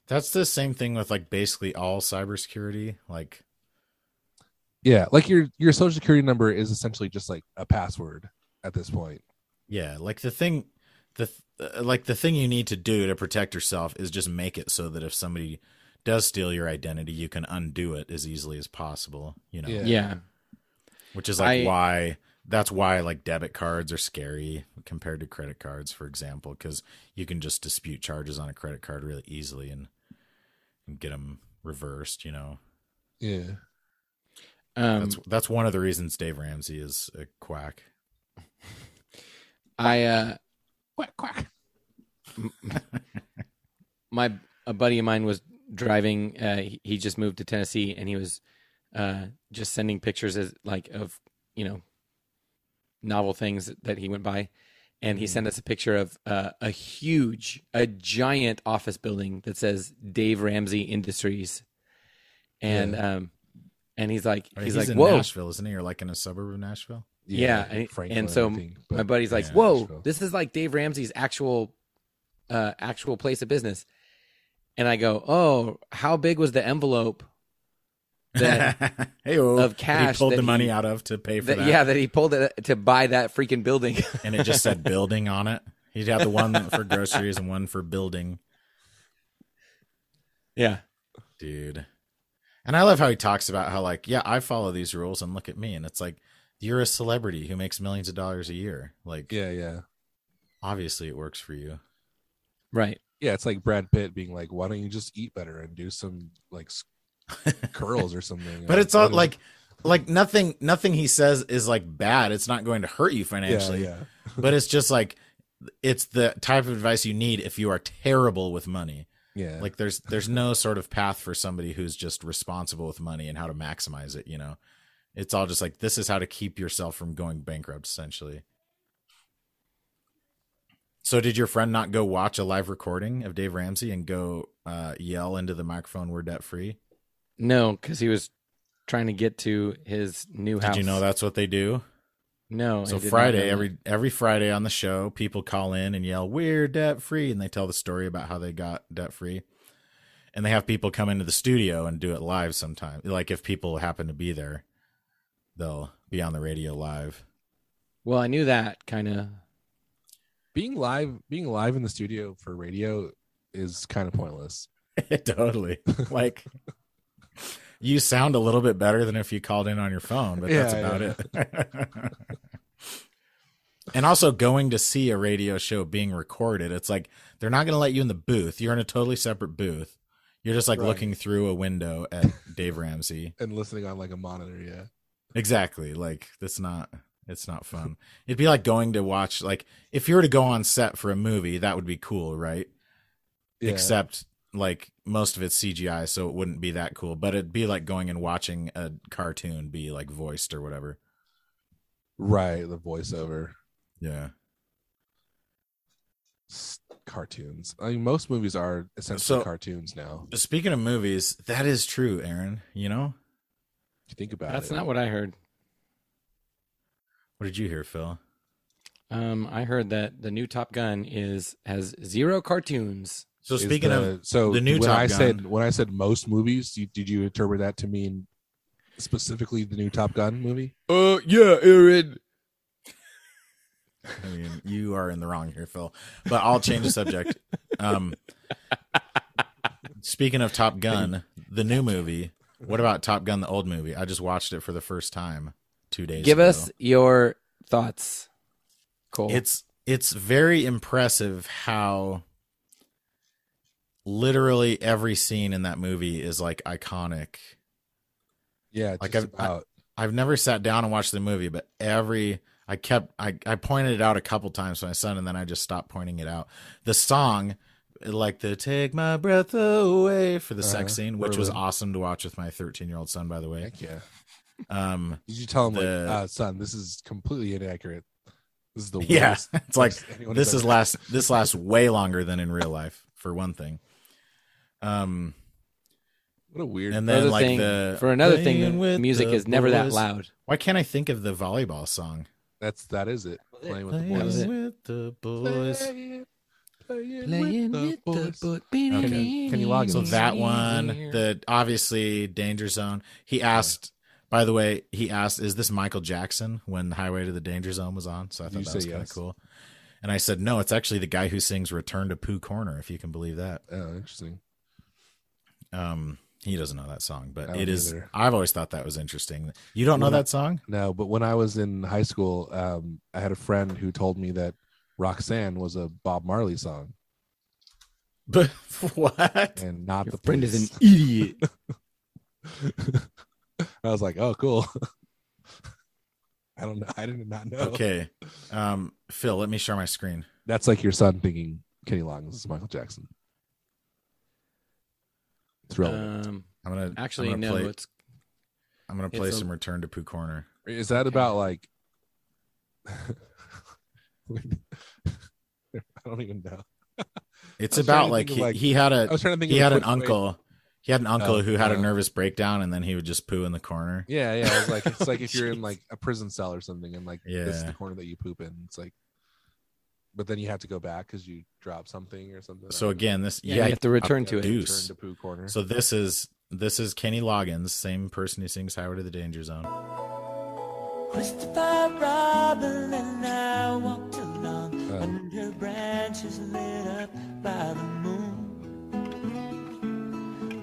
Speaker 3: that's the same thing with like basically all cybersecurity like
Speaker 1: Yeah, like your your social security number is essentially just like a password at this point.
Speaker 3: Yeah, like the thing, the th- uh, like the thing you need to do to protect yourself is just make it so that if somebody does steal your identity, you can undo it as easily as possible. You know,
Speaker 1: Yeah.
Speaker 2: Yeah.
Speaker 3: which is like
Speaker 2: I-
Speaker 3: why that's why like debit cards are scary compared to credit cards, for example, because you can just dispute charges on a credit card really easily and and get them reversed. You know,
Speaker 1: Yeah.
Speaker 2: Um,
Speaker 3: that's that's one of the reasons Dave Ramsey is a quack.
Speaker 2: I uh,
Speaker 1: Quack quack.
Speaker 2: my a buddy of mine was driving. Uh, he, he just moved to Tennessee, and he was uh, just sending pictures as like of you know novel things that he went by, and he
Speaker 3: Mm.
Speaker 2: sent us a picture of uh, a huge, a giant office building that says Dave Ramsey Industries, and um, and he's like
Speaker 3: I mean,
Speaker 2: he's, like
Speaker 3: he's, in
Speaker 2: whoa.
Speaker 3: Nashville, isn't he? Or like in a suburb of Nashville?
Speaker 2: Yeah, and- and
Speaker 1: Franklin, I
Speaker 2: so
Speaker 1: think,
Speaker 2: my
Speaker 1: but-
Speaker 2: buddy's like,
Speaker 3: Yeah.
Speaker 2: "Whoa,
Speaker 1: Nashville.
Speaker 2: this is like Dave Ramsey's actual, uh, actual place of business," and I go, "Oh, how big was the envelope
Speaker 3: (laughs)
Speaker 2: that
Speaker 3: hey,
Speaker 2: of cash
Speaker 3: he pulled
Speaker 2: that
Speaker 3: the money
Speaker 2: he-
Speaker 3: out of to pay for
Speaker 2: that,
Speaker 3: that.
Speaker 2: yeah that he pulled it to buy that freaking building?" (laughs)
Speaker 3: and it just said building on it. He'd have the one for groceries and one for building,
Speaker 2: yeah.
Speaker 3: dude. And I love how he talks about how like, yeah, I follow these rules and look at me, and it's like you're a celebrity who makes millions of dollars a year. Like,
Speaker 1: Yeah, yeah.
Speaker 3: obviously it works for you.
Speaker 2: Right.
Speaker 1: Yeah, it's like Brad Pitt being like, why don't you just eat better and do some like
Speaker 3: (laughs)
Speaker 1: s- curls or something? uh,
Speaker 3: But
Speaker 1: Or-
Speaker 3: it's all
Speaker 1: or-
Speaker 3: like, like nothing, nothing he says is like bad. It's not going to hurt you
Speaker 1: yeah,
Speaker 3: financially.
Speaker 1: yeah.
Speaker 3: But it's just like, it's the type of advice you need if you are terrible with money.
Speaker 1: Yeah.
Speaker 3: like there's there's no sort of path for somebody who's just responsible with money and how to maximize it you know it's all just like this is how to keep yourself from going bankrupt essentially so did your friend not go watch a live recording of dave ramsey and go uh, yell into the microphone we're debt free
Speaker 2: No, because he was trying to get to his new house.
Speaker 3: did you know that's what they do
Speaker 2: No. I
Speaker 3: so
Speaker 2: did not know
Speaker 3: friday
Speaker 2: that.
Speaker 3: every every friday on the show people call in and yell we're debt free and they tell the story about how they got debt free and they have people come into the studio and do it live sometime like if people happen to be there they'll be on the radio live
Speaker 2: Well, I knew that kind of.
Speaker 1: being live being live in the studio for radio is kind of pointless.
Speaker 3: (laughs) totally like you sound a little bit better than if you called in on your phone but that's
Speaker 1: Yeah,
Speaker 3: about it (laughs) and also going to see a radio show being recorded it's like they're not going to let you in the booth you're in a totally separate booth you're just like
Speaker 1: Right.
Speaker 3: looking through a window at dave ramsey
Speaker 1: And listening on like a monitor, yeah.
Speaker 3: exactly like that's not it's not fun it'd be like going to watch like if you were to go on set for a movie that would be cool right
Speaker 1: Yeah.
Speaker 3: except like most of it's CGI, so it wouldn't be that cool. But it'd be like going and watching a cartoon be like voiced or whatever.
Speaker 1: right, the voiceover
Speaker 3: Yeah.
Speaker 1: s- cartoons. I mean, most movies are essentially
Speaker 3: So-
Speaker 1: cartoons now.
Speaker 3: But speaking of movies, that is true, Aaron. You know
Speaker 1: If you think about
Speaker 2: That's
Speaker 1: it.
Speaker 2: not what I heard.
Speaker 3: what did you hear, Phil?
Speaker 2: Um, I heard that the new Top Gun is has zero cartoons.
Speaker 3: So
Speaker 1: is
Speaker 3: speaking
Speaker 1: the-
Speaker 3: of,
Speaker 1: so
Speaker 3: the new
Speaker 1: when
Speaker 3: Top
Speaker 1: I
Speaker 3: Gun-
Speaker 1: said when I said most movies, you, did you interpret that to mean specifically the new Top Gun movie?
Speaker 2: Oh yeah, Aaron.
Speaker 3: I mean, you are in the wrong here, Phil. But I'll change the subject. Um, speaking of Top Gun, the new movie. What about Top Gun, the old movie? I just watched it for the first time two days.
Speaker 2: Give
Speaker 3: ago.
Speaker 2: us your thoughts, Cole.
Speaker 3: It's it's very impressive how literally every scene in that movie is like iconic.
Speaker 1: Yeah,
Speaker 3: Like,
Speaker 1: like
Speaker 3: I've- I-
Speaker 1: about.
Speaker 3: I've never sat down and watched the movie, but every I kept I, I pointed it out a couple times to my son and then I just stopped pointing it out. The song like the take my breath away for the sex
Speaker 1: Uh-huh.
Speaker 3: scene, which was
Speaker 1: Really?
Speaker 3: awesome to watch with my 13 year old son, by the way.
Speaker 1: Heck yeah.
Speaker 3: Um,
Speaker 1: Did you tell him
Speaker 3: The-
Speaker 1: like, uh, son, this is completely inaccurate. This is the worst.
Speaker 3: (laughs) yeah,
Speaker 1: (laughs)
Speaker 3: it's like
Speaker 1: text anyone has
Speaker 3: this is
Speaker 1: ever-
Speaker 3: last this lasts way longer than in real life for one thing. Um,
Speaker 1: What a weird.
Speaker 2: For
Speaker 3: and then
Speaker 2: another
Speaker 3: like
Speaker 2: thing-
Speaker 3: the
Speaker 2: for another thing.
Speaker 3: playing
Speaker 2: The
Speaker 3: with
Speaker 2: music
Speaker 3: the
Speaker 2: is never that
Speaker 3: boys.
Speaker 2: loud.
Speaker 3: Why can't I think of the volleyball song?
Speaker 1: That's that is it. Playing with the
Speaker 2: That was
Speaker 1: boys.
Speaker 2: it.
Speaker 3: with the boys.
Speaker 1: Playing, playing with the boys.
Speaker 3: Okay.
Speaker 1: Kenny Loggins.
Speaker 3: So that one, the obviously Danger Zone. He asked. By the way, he asked, "Is this Michael Jackson?" When Highway to the Danger Zone was on, so I thought
Speaker 1: You
Speaker 3: that
Speaker 1: say
Speaker 3: was kind of
Speaker 1: yes.
Speaker 3: cool. And I said, "No, it's actually the guy who sings Return to Pooh Corner, if you can believe that."
Speaker 1: Oh, interesting.
Speaker 3: Um, he doesn't know that song, but
Speaker 1: I
Speaker 3: it
Speaker 1: don't
Speaker 3: is.
Speaker 1: either.
Speaker 3: I've always thought that was interesting. You don't know
Speaker 1: Well,
Speaker 3: that song? (laughs)
Speaker 1: No, but when I was in high school, um, I had a friend who told me that Roxanne was a Bob Marley song
Speaker 3: But
Speaker 1: (laughs)
Speaker 3: what?
Speaker 1: and not
Speaker 2: Your
Speaker 1: the
Speaker 2: friend
Speaker 1: Police.
Speaker 2: is an idiot.
Speaker 1: (laughs) I was like, oh, cool. (laughs) I don't know. I did not know.
Speaker 3: Okay, um, Phil, let me share my screen.
Speaker 1: That's like your son thinking Kenny Loggins is Michael Jackson. It's relevant.
Speaker 2: um,
Speaker 3: I'm gonna
Speaker 2: actually,
Speaker 3: I'm gonna
Speaker 2: no.
Speaker 3: Play,
Speaker 2: It's
Speaker 3: I'm gonna play
Speaker 2: it's a-
Speaker 3: some Return to Pooh Corner.
Speaker 1: is that about like? (laughs) I don't even know.
Speaker 3: It's
Speaker 1: I was trying
Speaker 3: about
Speaker 1: to
Speaker 3: like
Speaker 1: think of,
Speaker 3: he,
Speaker 1: like-
Speaker 3: he had
Speaker 1: I
Speaker 3: a
Speaker 1: was trying to think.
Speaker 3: he
Speaker 1: of
Speaker 3: had
Speaker 1: a
Speaker 3: an
Speaker 1: quick way-
Speaker 3: uncle. He had an uncle
Speaker 1: Oh,
Speaker 3: who had a
Speaker 1: uh,
Speaker 3: nervous breakdown, and then he would just poo in the corner.
Speaker 1: Yeah, yeah. I was like,
Speaker 3: (laughs)
Speaker 1: it's like if you're in
Speaker 3: Jeez.
Speaker 1: like a prison cell or something, and like this is
Speaker 3: Yeah.
Speaker 1: the corner that you poop in. It's like but then you have to go back because you dropped something or something.
Speaker 3: So again, this
Speaker 2: Yeah,
Speaker 3: yeah,
Speaker 2: you have to return to it.
Speaker 3: dude.
Speaker 1: Turn to poo corner.
Speaker 3: So this is this is Kenny Loggins, same person who sings Highway to the Danger Zone.
Speaker 4: Christopher Robin and I walked along
Speaker 1: Uh.
Speaker 4: under branches lit up by the moon,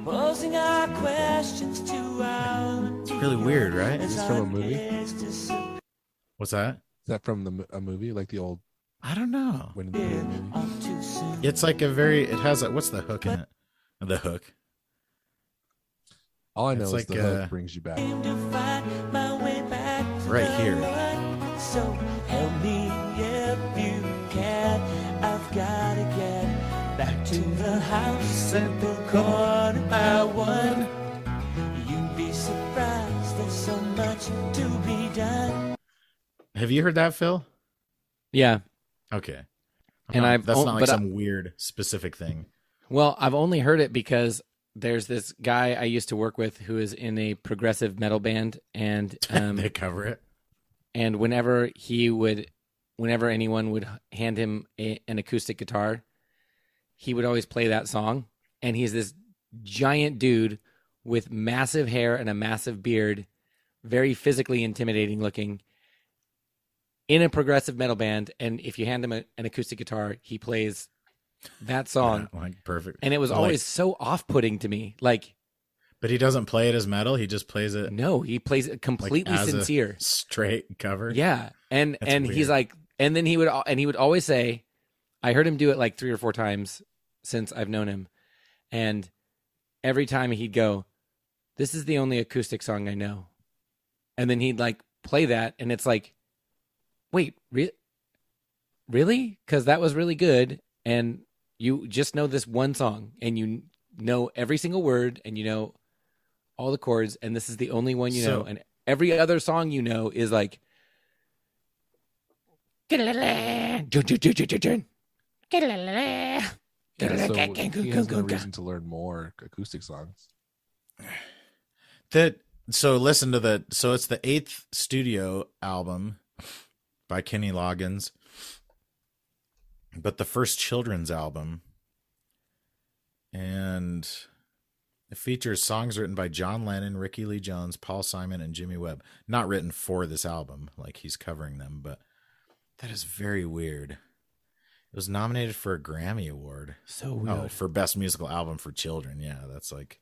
Speaker 4: posing our questions to our.
Speaker 3: It's really weird, right?
Speaker 1: this from a movie?
Speaker 3: What's that?
Speaker 1: is that from the mo- a movie like the old
Speaker 3: I don't know.
Speaker 1: Winnie the Pooh movie?
Speaker 3: It's like a very. It has a. What's the hook in it? The hook.
Speaker 1: All I know
Speaker 3: It's
Speaker 1: is
Speaker 3: like,
Speaker 1: the hook
Speaker 3: uh,
Speaker 1: brings you back.
Speaker 4: Came to find my way back to
Speaker 3: Right
Speaker 4: the
Speaker 3: here.
Speaker 4: light. So help me if you can. I've gotta get back to the house at the corner by one. You'd be surprised there's so much to be done.
Speaker 3: Have you heard that, Phil?
Speaker 2: Yeah.
Speaker 3: Okay. I'm
Speaker 2: And
Speaker 3: not-
Speaker 2: I've
Speaker 3: that's
Speaker 2: on-
Speaker 3: not like
Speaker 2: but I-
Speaker 3: some weird specific thing.
Speaker 2: Well, I've only heard it because there's this guy I used to work with who is in a progressive metal band,
Speaker 3: (laughs)
Speaker 2: and um,
Speaker 3: they cover it.
Speaker 2: and whenever he would, whenever anyone would hand him a, an acoustic guitar, he would always play that song. And he's this giant dude with massive hair and a massive beard, very physically intimidating looking, in a progressive metal band. And if you hand him a, an acoustic guitar, he plays that song.
Speaker 3: Yeah, (laughs) like perfect.
Speaker 2: And it was
Speaker 3: Like-
Speaker 2: always so off putting to me. Like,
Speaker 3: but he doesn't play it as metal. He just plays it
Speaker 2: no, he plays it completely
Speaker 3: as a-
Speaker 2: sincere.
Speaker 3: straight cover.
Speaker 2: Yeah. And
Speaker 3: That's
Speaker 2: and he's
Speaker 3: weird.
Speaker 2: like and then he would al- and he would always say I heard him do it like 3 or 4 times since I've known him. And every time he'd go, "This is the only acoustic song I know." And then he'd like play that and it's like, "Wait, re- really? Cuz that was really good and you just know this one song and you know every single word and you know all the chords and this is the only one you
Speaker 3: So-
Speaker 2: know and every other song you know is like
Speaker 1: Yeah, so he has no reason to learn more acoustic songs.
Speaker 3: That so listen to the so it's the eighth studio album by Kenny Loggins, but the first children's album, and it features songs written by John Lennon, Ricky Lee Jones, Paul Simon, and Jimmy Webb. Not written for this album, like he's covering them, but that is very weird. It was nominated for a Grammy Award.
Speaker 2: So
Speaker 3: Oh, for best musical album for children. Yeah, that's like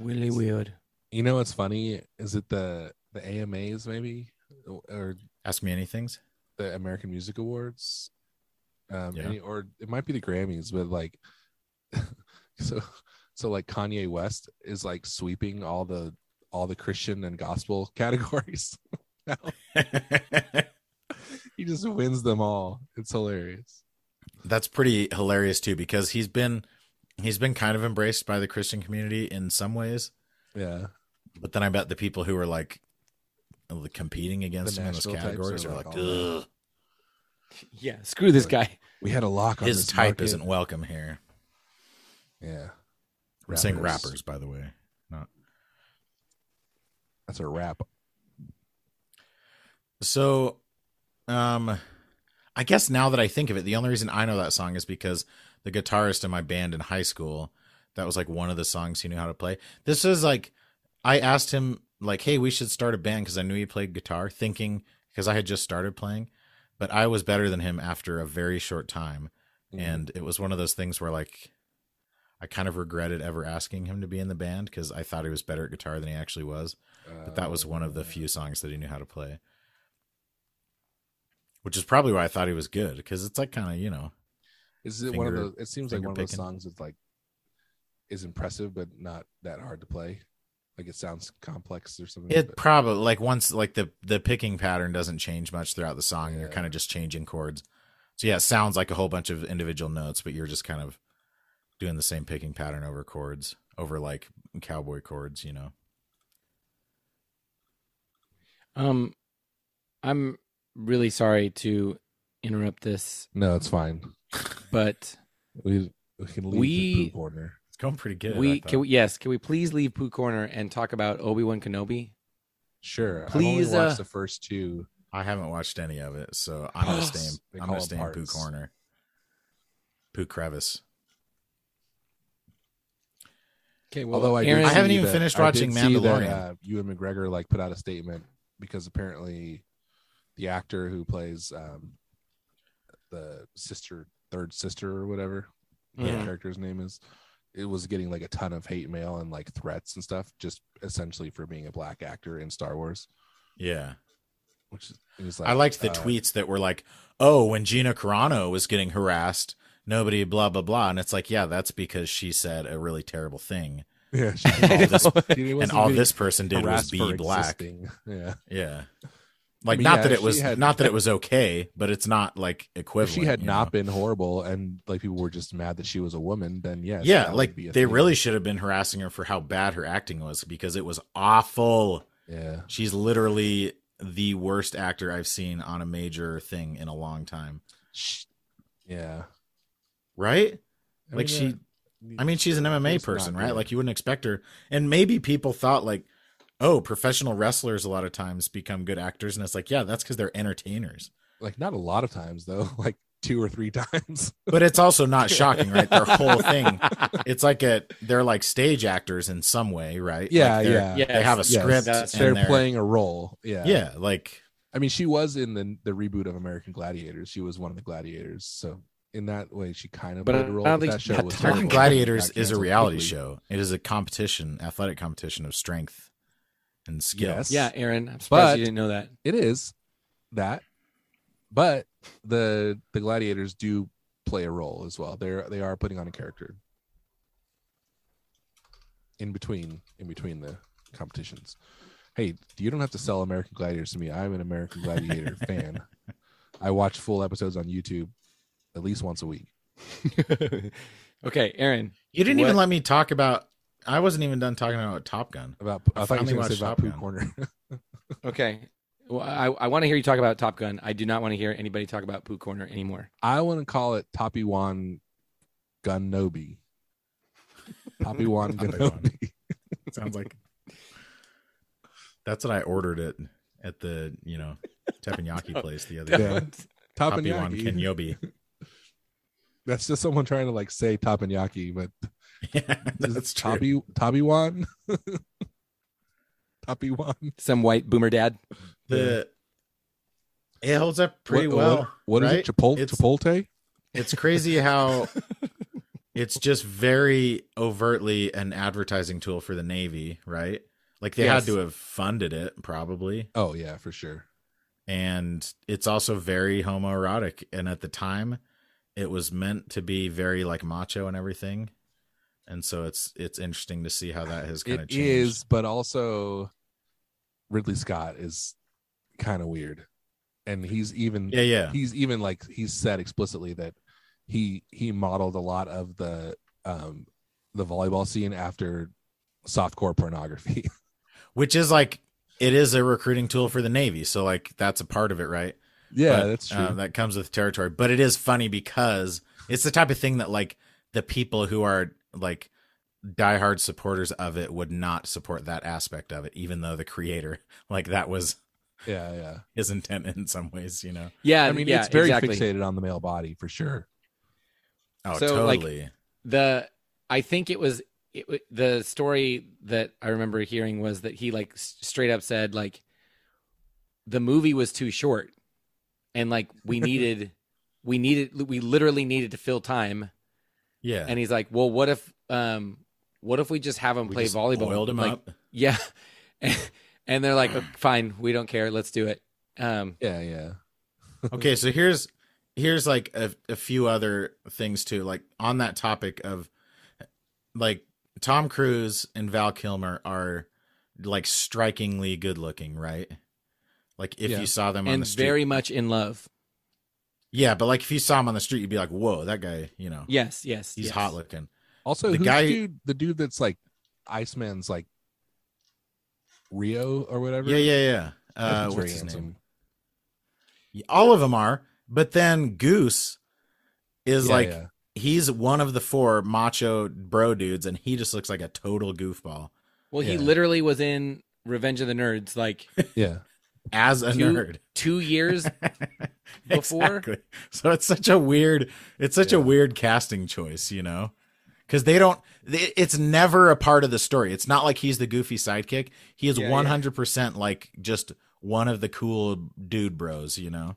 Speaker 2: Really weird.
Speaker 1: You know what's funny? Is it the the AMAs maybe or
Speaker 3: ask me anything's.
Speaker 1: the American Music Awards? Um,
Speaker 3: Yeah.
Speaker 1: any- or it might be the Grammys, but like, (laughs) so so like Kanye West is like sweeping all the all the Christian and gospel (laughs) categories. he just wins them all. It's hilarious.
Speaker 3: (laughs) That's pretty hilarious too, because he's been he's been kind of embraced by the Christian community in some ways,
Speaker 1: Yeah,
Speaker 3: but then I bet the people who are like competing against
Speaker 1: The
Speaker 3: him in those
Speaker 1: national types
Speaker 3: categories
Speaker 1: are
Speaker 3: are
Speaker 1: like,
Speaker 3: like,
Speaker 1: "Oh,
Speaker 3: Ugh,
Speaker 2: Yeah, screw this guy.
Speaker 1: we had a lock on
Speaker 3: his
Speaker 1: this
Speaker 3: type
Speaker 1: market.
Speaker 3: isn't welcome here.
Speaker 1: Yeah,
Speaker 3: I'm saying rappers, by the way.
Speaker 1: That's a rap.
Speaker 3: So, um, I guess now that I think of it, the only reason I know that song is because the guitarist in my band in high school, that was like one of the songs he knew how to play. This is like, I asked him like, "Hey, we should start a band" because I knew he played guitar, thinking because I had just started playing, but I was better than him after a very short time,
Speaker 1: Mm-hmm.
Speaker 3: and it was one of those things where like. I kind of regretted ever asking him to be in the band because I thought he was better at guitar than he actually was
Speaker 1: Mm-hmm.
Speaker 3: but that was one of the few songs that he knew how to play which is probably why i thought he was good because it's like kind of you know
Speaker 1: Is it one of
Speaker 3: finger-
Speaker 1: those? It seems like
Speaker 3: finger
Speaker 1: one of those
Speaker 3: picking.
Speaker 1: songs that's like is impressive, but not that hard to play. Like it sounds complex or something.
Speaker 3: it
Speaker 1: but-
Speaker 3: probably like once like the the picking pattern doesn't change much throughout the song and you're
Speaker 1: Yeah.
Speaker 3: kind of just changing chords so yeah it sounds like a whole bunch of individual notes but you're just kind of doing the same picking pattern over chords over like cowboy chords you know
Speaker 2: Um, I'm really sorry to interrupt this,
Speaker 1: no, it's fine.
Speaker 2: but
Speaker 1: We we can leave the
Speaker 2: We-
Speaker 1: poo corner.
Speaker 3: it's going pretty good I
Speaker 2: we
Speaker 3: thought.
Speaker 2: can we, yes, can we please leave
Speaker 3: (laughs)
Speaker 2: Pooh Corner and talk about Obi Wan Kenobi?
Speaker 1: Sure. I've only
Speaker 2: Please,
Speaker 1: watched
Speaker 2: uh,
Speaker 1: the first two.
Speaker 3: I haven't watched any of it, so I'm gonna stay.
Speaker 1: (gasps) They
Speaker 3: In, I'm
Speaker 1: call
Speaker 3: gonna
Speaker 1: them
Speaker 3: stay in Pooh
Speaker 1: parts.
Speaker 3: Corner. Pooh Crevice.
Speaker 2: Okay.
Speaker 1: Although I, did
Speaker 2: Aaron,
Speaker 3: I haven't
Speaker 1: see
Speaker 3: even
Speaker 1: that-
Speaker 3: finished
Speaker 1: I did
Speaker 3: watching
Speaker 1: see that,
Speaker 3: Mandalorian.
Speaker 1: uh, Ewan McGregor like put out a statement because apparently the actor who plays um, the sister, third sister or whatever the
Speaker 2: Mhm.
Speaker 1: character's name is, it was getting like a ton of hate mail and like threats and stuff, just essentially for being a black actor in Star Wars.
Speaker 3: Yeah,
Speaker 1: Which is, it was like
Speaker 3: I liked the
Speaker 1: uh,
Speaker 3: tweets that were like, "Oh, when Gina Carano was getting harassed, nobody blah blah blah," and it's like, yeah, that's because she said a really terrible thing,
Speaker 1: (laughs) Yeah, she-
Speaker 2: I
Speaker 3: all
Speaker 2: (laughs)
Speaker 3: Oh, this-
Speaker 1: (laughs)
Speaker 2: know.
Speaker 1: she
Speaker 3: and
Speaker 1: wasn't
Speaker 3: all
Speaker 1: being
Speaker 3: this person did was
Speaker 1: harassed
Speaker 3: be
Speaker 1: for
Speaker 3: black.
Speaker 1: existing. (laughs) Yeah,
Speaker 3: Yeah. Like
Speaker 1: mean,
Speaker 3: not
Speaker 1: yeah,
Speaker 3: that it
Speaker 1: she
Speaker 3: was
Speaker 1: had- (laughs)
Speaker 3: not that it was okay, but it's not like
Speaker 1: if
Speaker 3: equivalent.
Speaker 1: she had
Speaker 3: you
Speaker 1: not
Speaker 3: know?
Speaker 1: been horrible and like people were just mad that she was a woman, then yes, that
Speaker 3: yeah,
Speaker 1: would
Speaker 3: like
Speaker 1: be
Speaker 3: they
Speaker 1: a thing.
Speaker 3: really should have been harassing her for how bad her acting was because it was awful.
Speaker 1: yeah.
Speaker 3: She's literally the worst actor I've seen on a major thing in a long time.
Speaker 1: Sh- Yeah. uh,
Speaker 3: Right? like she
Speaker 1: she,
Speaker 3: I mean, she's an MMA
Speaker 1: it's not
Speaker 3: person, right?
Speaker 1: good.
Speaker 3: Like you wouldn't expect her. And maybe people thought like, oh, professional wrestlers a lot of times become good actors, and it's like, yeah, that's because they're entertainers.
Speaker 1: like not a lot of times though, (laughs) like two or three (laughs) times.
Speaker 3: But it's also not Uh, shocking, right?
Speaker 1: (laughs)
Speaker 3: Their whole thing. It's like a they're like stage actors in some way, right?
Speaker 1: Yeah,
Speaker 3: Like, they're-
Speaker 1: yeah.
Speaker 2: Yes,
Speaker 3: They have a
Speaker 1: Yes,
Speaker 3: script.
Speaker 2: that's-
Speaker 3: and
Speaker 1: They're playing a role. Yeah.
Speaker 3: Yeah, like
Speaker 1: I mean, she was in the the reboot of American Gladiators. She was one of the gladiators. So in that way, she kind of
Speaker 2: But
Speaker 1: played
Speaker 2: I
Speaker 1: a role.
Speaker 2: don't
Speaker 1: but
Speaker 2: think
Speaker 1: that
Speaker 2: she
Speaker 1: show
Speaker 2: got
Speaker 1: was (laughs)
Speaker 2: the-
Speaker 1: horrible.
Speaker 3: American
Speaker 1: It
Speaker 3: Gladiators
Speaker 1: got
Speaker 3: is a
Speaker 1: canceled
Speaker 3: reality
Speaker 1: quickly.
Speaker 3: show. It is a competition, athletic competition of strength and skill.
Speaker 1: Yes.
Speaker 2: yeah, Aaron. I'm surprised
Speaker 1: But-
Speaker 2: you didn't know that. (laughs)
Speaker 1: It is that, but the the gladiators do play a role as well. They're they are putting on a character in between in between the competitions. Hey, you don't have to sell American Gladiators to me. I'm an American
Speaker 3: (laughs)
Speaker 1: Gladiator fan. I watch full episodes on YouTube at least once a week.
Speaker 2: okay, Aaron.
Speaker 3: You didn't even
Speaker 2: What-
Speaker 3: let me talk about I wasn't even done talking about Top Gun.
Speaker 1: About
Speaker 3: I
Speaker 1: I, thought
Speaker 3: finally
Speaker 1: you were going to
Speaker 3: watched
Speaker 1: say about
Speaker 3: Top
Speaker 1: Pooh
Speaker 3: Gun.
Speaker 1: Corner. (laughs)
Speaker 2: Okay. Well, I, I want to hear you talk about Top Gun. I do not want to hear anybody talk about Pooh Corner anymore.
Speaker 1: I want to call it Toppy Wan
Speaker 3: (laughs)
Speaker 1: Gunnobi. Toppy Wan
Speaker 3: Toppy Wan.
Speaker 1: Gunnobi. (laughs)
Speaker 3: Sounds like that's what I ordered it at the, you know, teppanyaki place the other
Speaker 1: Yeah.
Speaker 3: day. Happy one
Speaker 1: Tapanyaki.
Speaker 3: Kenyobi. (laughs)
Speaker 1: That's just someone trying to like say Tapanyaki,
Speaker 3: (laughs)
Speaker 1: but
Speaker 3: Yeah, that's
Speaker 1: that's
Speaker 3: true.
Speaker 1: Tabi Tabiwan. (laughs) Tabiwan.
Speaker 2: (laughs) Some white boomer dad.
Speaker 3: The it holds up pretty
Speaker 1: What-
Speaker 3: well.
Speaker 1: What is
Speaker 3: right?
Speaker 1: it? Chipotle?
Speaker 3: It's-
Speaker 1: Chipotle?
Speaker 3: It's crazy how it's just very overtly an advertising tool for the Navy, right? Like they
Speaker 2: Yes.
Speaker 3: had to have funded it probably,
Speaker 1: Oh yeah, for sure.
Speaker 3: and it's also very homoerotic. And at the time, it was meant to be very like macho and everything. And so it's it's interesting to see how that has kind of
Speaker 1: It
Speaker 3: changed.
Speaker 1: is, but also Ridley Scott is kind of weird, and he's even
Speaker 3: yeah, yeah.
Speaker 1: he's even like he's said explicitly that he he modeled a lot of the um the volleyball scene after softcore pornography. (laughs)
Speaker 3: which is like it is a recruiting tool for the navy so like that's a part of it right
Speaker 1: yeah,
Speaker 3: But,
Speaker 1: that's true.
Speaker 3: uh, that comes with territory but it is funny because it's the type of thing that like the people who are like diehard supporters of it would not support that aspect of it even though the creator (laughs) like that was
Speaker 1: yeah, yeah.
Speaker 3: his intent in some ways you know
Speaker 2: Yeah,
Speaker 1: I mean,
Speaker 2: yeah,
Speaker 1: it's very
Speaker 2: exactly.
Speaker 1: fixated on the male body for sure.
Speaker 3: oh
Speaker 2: So, like-
Speaker 3: totally
Speaker 2: The I think it was it, wa- the story that I remember hearing was that he like s- straight up said like the movie was too short, and like
Speaker 3: (laughs)
Speaker 2: we needed we needed we literally needed to fill time.
Speaker 3: yeah
Speaker 2: And he's like, well, what if um what if we just have him
Speaker 3: We
Speaker 2: play
Speaker 3: just
Speaker 2: volleyball?
Speaker 3: oiled him
Speaker 2: Like, (laughs)
Speaker 3: up (laughs)
Speaker 2: Yeah. and they're like, "Okay, fine, we don't care. Let's do it. Um,
Speaker 1: Yeah, yeah.
Speaker 3: okay so here's here's like a, a few other things too like on that topic of like tom cruise and val kilmer are like strikingly good looking right like if
Speaker 1: Yeah.
Speaker 3: you saw them on
Speaker 2: and
Speaker 3: the street
Speaker 2: very much in love.
Speaker 3: yeah but like if you saw him on the street you'd be like whoa that guy you know
Speaker 2: Yes, yes.
Speaker 3: he's
Speaker 2: yes.
Speaker 3: hot looking
Speaker 1: Also,
Speaker 3: The
Speaker 1: who's the
Speaker 3: guy-
Speaker 1: dude, the dude that's like Iceman's like Rio or whatever.
Speaker 3: yeah yeah yeah
Speaker 1: That
Speaker 3: uh,
Speaker 1: dude's
Speaker 3: what's
Speaker 1: very
Speaker 3: his
Speaker 1: handsome.
Speaker 3: name Yeah, all of them are but then goose is
Speaker 1: Yeah,
Speaker 3: like
Speaker 1: yeah.
Speaker 3: he's one of the four macho bro dudes and he just looks like a total goofball
Speaker 2: Well, he
Speaker 1: Yeah.
Speaker 3: (laughs)
Speaker 2: literally was in Revenge of the Nerds. Like
Speaker 1: yeah,
Speaker 3: as a
Speaker 2: Two-
Speaker 3: nerd. (laughs)
Speaker 2: two years before?
Speaker 3: Exactly. So it's such a weird, it's such a weird casting choice, you know, because they don't. they- It's never a part of the story. It's not like he's the goofy sidekick. He is
Speaker 2: Yeah, yeah.
Speaker 3: one hundred percent like just one of the cool dude bros, you know.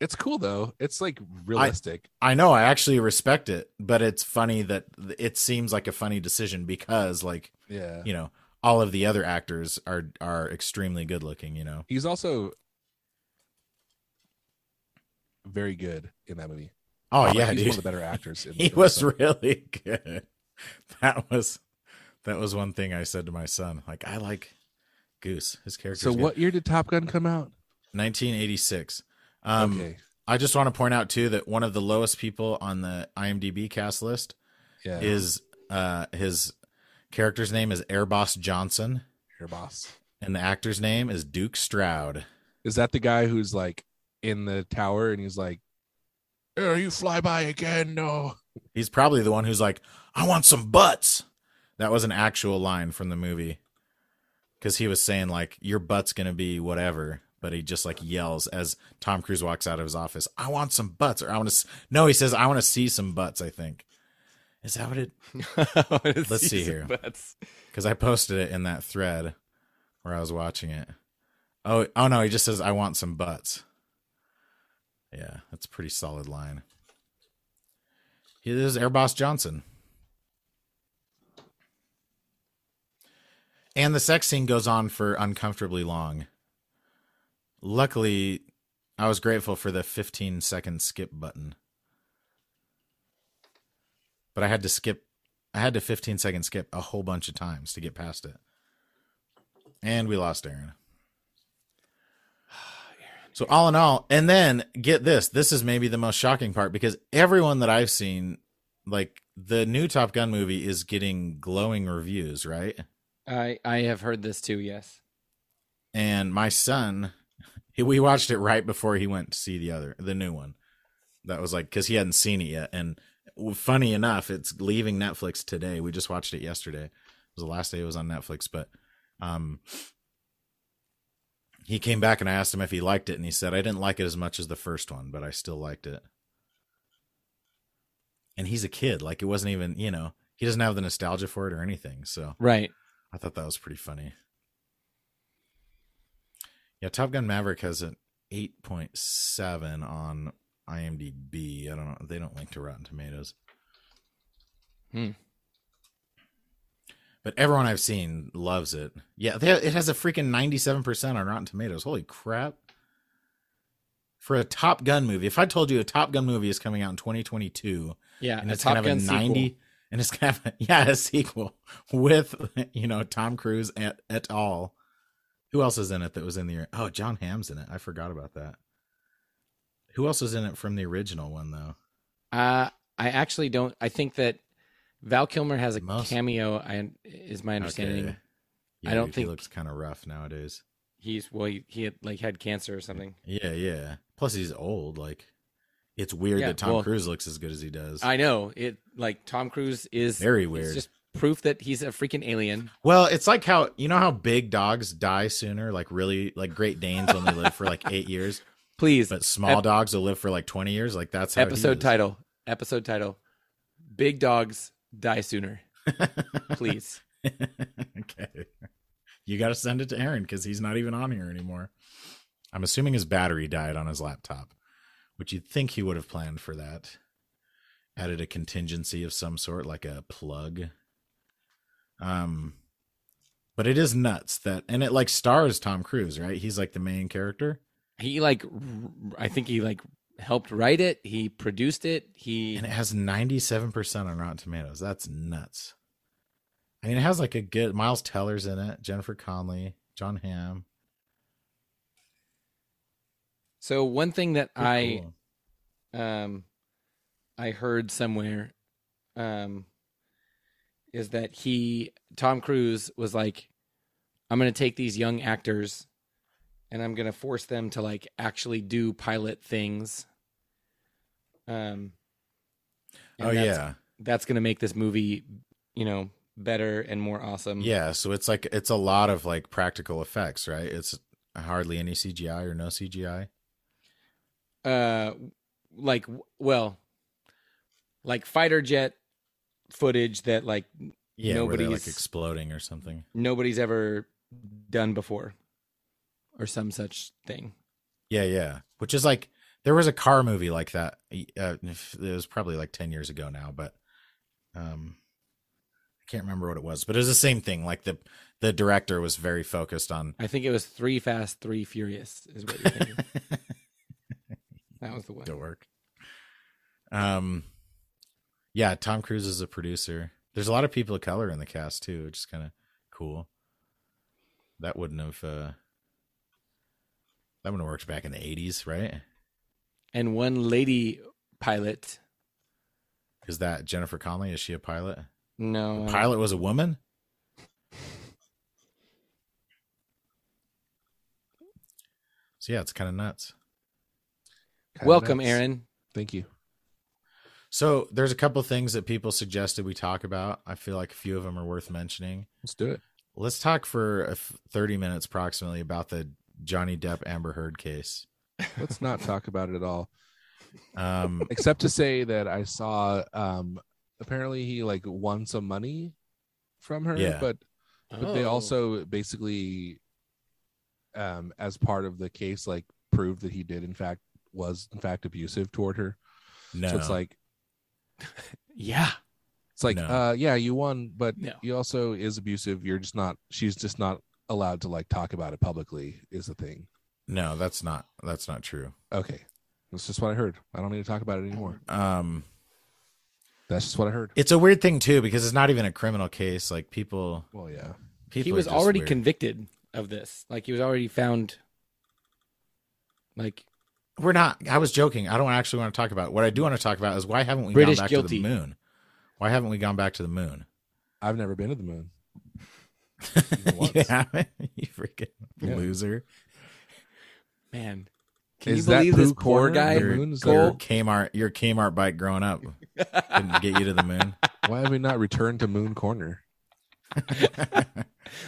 Speaker 1: It's cool though. It's like realistic.
Speaker 3: I know. I actually respect it, but it's funny that th- it seems like a funny decision because, like,
Speaker 1: yeah.
Speaker 3: you know, all of the other actors are are extremely good looking. You know.
Speaker 1: He's also very good in that movie.
Speaker 3: Oh
Speaker 1: Like,
Speaker 3: yeah,
Speaker 1: he's
Speaker 3: dude.
Speaker 1: one of the better actors. In,
Speaker 3: (laughs) he
Speaker 1: in the
Speaker 3: was
Speaker 1: film.
Speaker 3: really good. That was that was one thing I said to my son. Like I like Goose. His character.
Speaker 1: So what year did Top Gun come out?
Speaker 3: 1986. Um,
Speaker 1: okay.
Speaker 3: I just want to point out too that one of the lowest people on the IMDb cast list
Speaker 1: Yeah.
Speaker 3: is uh, his character's name is Airboss Johnson,
Speaker 1: your boss.
Speaker 3: and the actor's name is Duke Stroud.
Speaker 1: Is that the guy who's like in the tower and he's like, "Oh, you fly by again? No."
Speaker 3: He's probably the one who's like, "I want some butts." That was an actual line from the movie, because he was saying like, "Your butt's gonna be whatever," but he just like yells as Tom Cruise walks out of his office, "I want some butts," or "I want to." No, he says, "I want to see some butts." I think is that what it?
Speaker 2: Let's
Speaker 3: see here. Because I posted it in that thread where I was watching it. Oh, oh no, he just says, "I want some butts." Yeah, that's a pretty solid line. He this is Airboss Johnson. And the sex scene goes on for uncomfortably long. Luckily, I was grateful for the 15 second skip button. But I had to skip, I had to 15 second skip a whole bunch of times to get past it. And we lost Aaron. So all in all, and then get this. This is maybe the most shocking part because everyone that I've seen, like the new Top Gun movie, is getting glowing reviews, right?
Speaker 2: I I have heard this too. Yes.
Speaker 3: and my son he, we watched it right before he went to see the other the new one that was like because he hadn't seen it yet and w- funny enough it's leaving netflix today we just watched it yesterday it was the last day it was on netflix but um he came back and i asked him if he liked it and he said i didn't like it as much as the first one but i still liked it and he's a kid like it wasn't even you know he doesn't have the nostalgia for it or anything so
Speaker 2: Right.
Speaker 3: I thought that was pretty funny. Yeah, Top Gun Maverick has an 8.7 on IMDb. I don't know. They don't link to Rotten Tomatoes.
Speaker 2: Hmm.
Speaker 3: But everyone I've seen loves it. Yeah, they, it has a freaking 97% on Rotten Tomatoes. Holy crap. For a Top Gun movie, if I told you a Top Gun movie is coming out in 2022
Speaker 2: Yeah.
Speaker 3: and
Speaker 2: a
Speaker 3: it's gonna
Speaker 2: Top
Speaker 3: have
Speaker 2: Gun
Speaker 3: a
Speaker 2: sequel.
Speaker 3: 90 and it's gonna have a, (laughs) yeah a sequel with you know tom cruise et, et al who else is in it that was in the oh john ham's in it i forgot about that who else was in it from the original one though
Speaker 2: Uh, I actually don't. I think that Val Kilmer has a
Speaker 3: Most-
Speaker 2: cameo. I is my understanding.
Speaker 3: Okay.
Speaker 2: I don't
Speaker 3: dude,
Speaker 2: think-
Speaker 3: he looks kind of rough nowadays
Speaker 2: He's well. He, he had like had cancer or something.
Speaker 3: yeah yeah plus he's old like it's weird
Speaker 2: Yeah,
Speaker 3: that tom
Speaker 2: well-
Speaker 3: cruise looks as good as he does
Speaker 2: I know it. Like Tom Cruise is
Speaker 3: very
Speaker 2: it's
Speaker 3: weird
Speaker 2: just proof that he's a freaking
Speaker 3: (laughs)
Speaker 2: alien.
Speaker 3: Well, it's like how you know how big dogs die sooner, like really like Great Danes only live for like eight years,
Speaker 2: Please.
Speaker 3: but small
Speaker 2: Ep-
Speaker 3: dogs will live for like twenty years. Like that's how he
Speaker 2: episode
Speaker 3: is.
Speaker 2: title. Episode title. Big dogs die sooner. Please.
Speaker 3: (laughs) okay, you got to send it to Aaron because he's not even on here anymore. I'm assuming his battery died on his laptop, which you'd think he would have planned for that. Added a contingency of some sort, like a plug. Um, but it is nuts that, and it like stars Tom Cruise, right? He's like the main character.
Speaker 2: he like. r- I think he like helped write it. He produced it. He
Speaker 3: and it has 97% on Rotten Tomatoes. That's nuts. I mean, it has like a good Miles Teller's in it, Jennifer Conley, John Hamm.
Speaker 2: So one thing that
Speaker 3: Pretty
Speaker 2: I
Speaker 3: cool.
Speaker 2: um I heard somewhere um is that he Tom Cruise was like I'm going to take these young actors and I'm going to force them to like actually do pilot things. Um and
Speaker 3: oh
Speaker 2: that's-
Speaker 3: yeah,
Speaker 2: That's going to make this movie, you know, better and more awesome.
Speaker 3: yeah. So it's like it's a lot of like practical effects, right? It's hardly any CGI or no CGI.
Speaker 2: uh like w- well like fighter jet footage that like
Speaker 3: Yeah, where they're like
Speaker 2: Nobody's-
Speaker 3: exploding or something.
Speaker 2: nobody's ever done before or some such thing
Speaker 3: Yeah, yeah. Which is like there was a car movie like that. Uh, it was probably like ten years ago now, but um, I can't remember what it was. But it was the same thing. Like the the director was very
Speaker 2: (laughs)
Speaker 3: focused on.
Speaker 2: i think it was three fast three furious is what
Speaker 1: (laughs)
Speaker 2: you're thinking that was the one
Speaker 3: to work. Um, yeah, Tom Cruise is a producer. There's a lot of people of color in the cast too, which is kind of cool. That wouldn't have uh, that wouldn't have worked back in the '80s, right?
Speaker 2: and one lady pilot
Speaker 3: Is that Jennifer Connelly? Is she a pilot?
Speaker 2: no
Speaker 3: The
Speaker 2: uh,
Speaker 3: pilot was a woman. So yeah, it's kind of nuts.
Speaker 1: Kinda
Speaker 2: welcome
Speaker 1: nuts.
Speaker 2: aaron
Speaker 1: Thank you.
Speaker 3: So there's a couple things that people suggested we talk about. I feel like a few of them are worth mentioning.
Speaker 1: Let's do it.
Speaker 3: Let's talk for a f- 30 minutes approximately about the Johnny Depp Amber Heard case.
Speaker 1: Let's not talk about it at all.
Speaker 2: (laughs)
Speaker 3: Um,
Speaker 1: except to say that I saw um apparently he like won some money from her,
Speaker 3: Yeah.
Speaker 1: but but they
Speaker 2: Oh.
Speaker 1: also basically um as part of the case like proved that he did in fact was in fact abusive toward her.
Speaker 3: no,
Speaker 1: So it's like
Speaker 2: yeah
Speaker 1: it's like
Speaker 3: No.
Speaker 1: uh yeah, you won, but
Speaker 2: No.
Speaker 1: he also is abusive. You're just not she's just not allowed to like talk about it publicly is the thing.
Speaker 3: no, that's not that's not true.
Speaker 1: Okay. That's just what I heard. I don't need to talk about it anymore.
Speaker 3: Um,
Speaker 1: That's just what I heard.
Speaker 3: it's a weird thing too because it's not even a criminal case. Like people,
Speaker 1: Well, yeah.
Speaker 3: people
Speaker 2: he
Speaker 3: are
Speaker 2: was
Speaker 3: just
Speaker 2: already
Speaker 3: weird.
Speaker 2: convicted of this like he was already found like
Speaker 3: We're not. I was joking. I don't actually want to talk about it. what I do want to talk about is why haven't we
Speaker 2: British
Speaker 3: gone back
Speaker 2: guilty.
Speaker 3: to the moon? Why haven't we gone back to the moon? (laughs)
Speaker 1: I've never been to the moon. once.
Speaker 3: you haven't? (laughs) You freaking
Speaker 1: Yeah.
Speaker 3: loser.
Speaker 2: man can
Speaker 1: Is
Speaker 2: you
Speaker 1: that
Speaker 2: believe this
Speaker 1: poo
Speaker 2: poor
Speaker 1: corner?
Speaker 2: guy
Speaker 1: You're-
Speaker 3: Your,
Speaker 1: moon is
Speaker 3: your
Speaker 1: there.
Speaker 3: Kmart, your Kmart bike growing up didn't get you to the moon.
Speaker 1: Why have we not returned to Moon
Speaker 3: (laughs)
Speaker 1: Corner?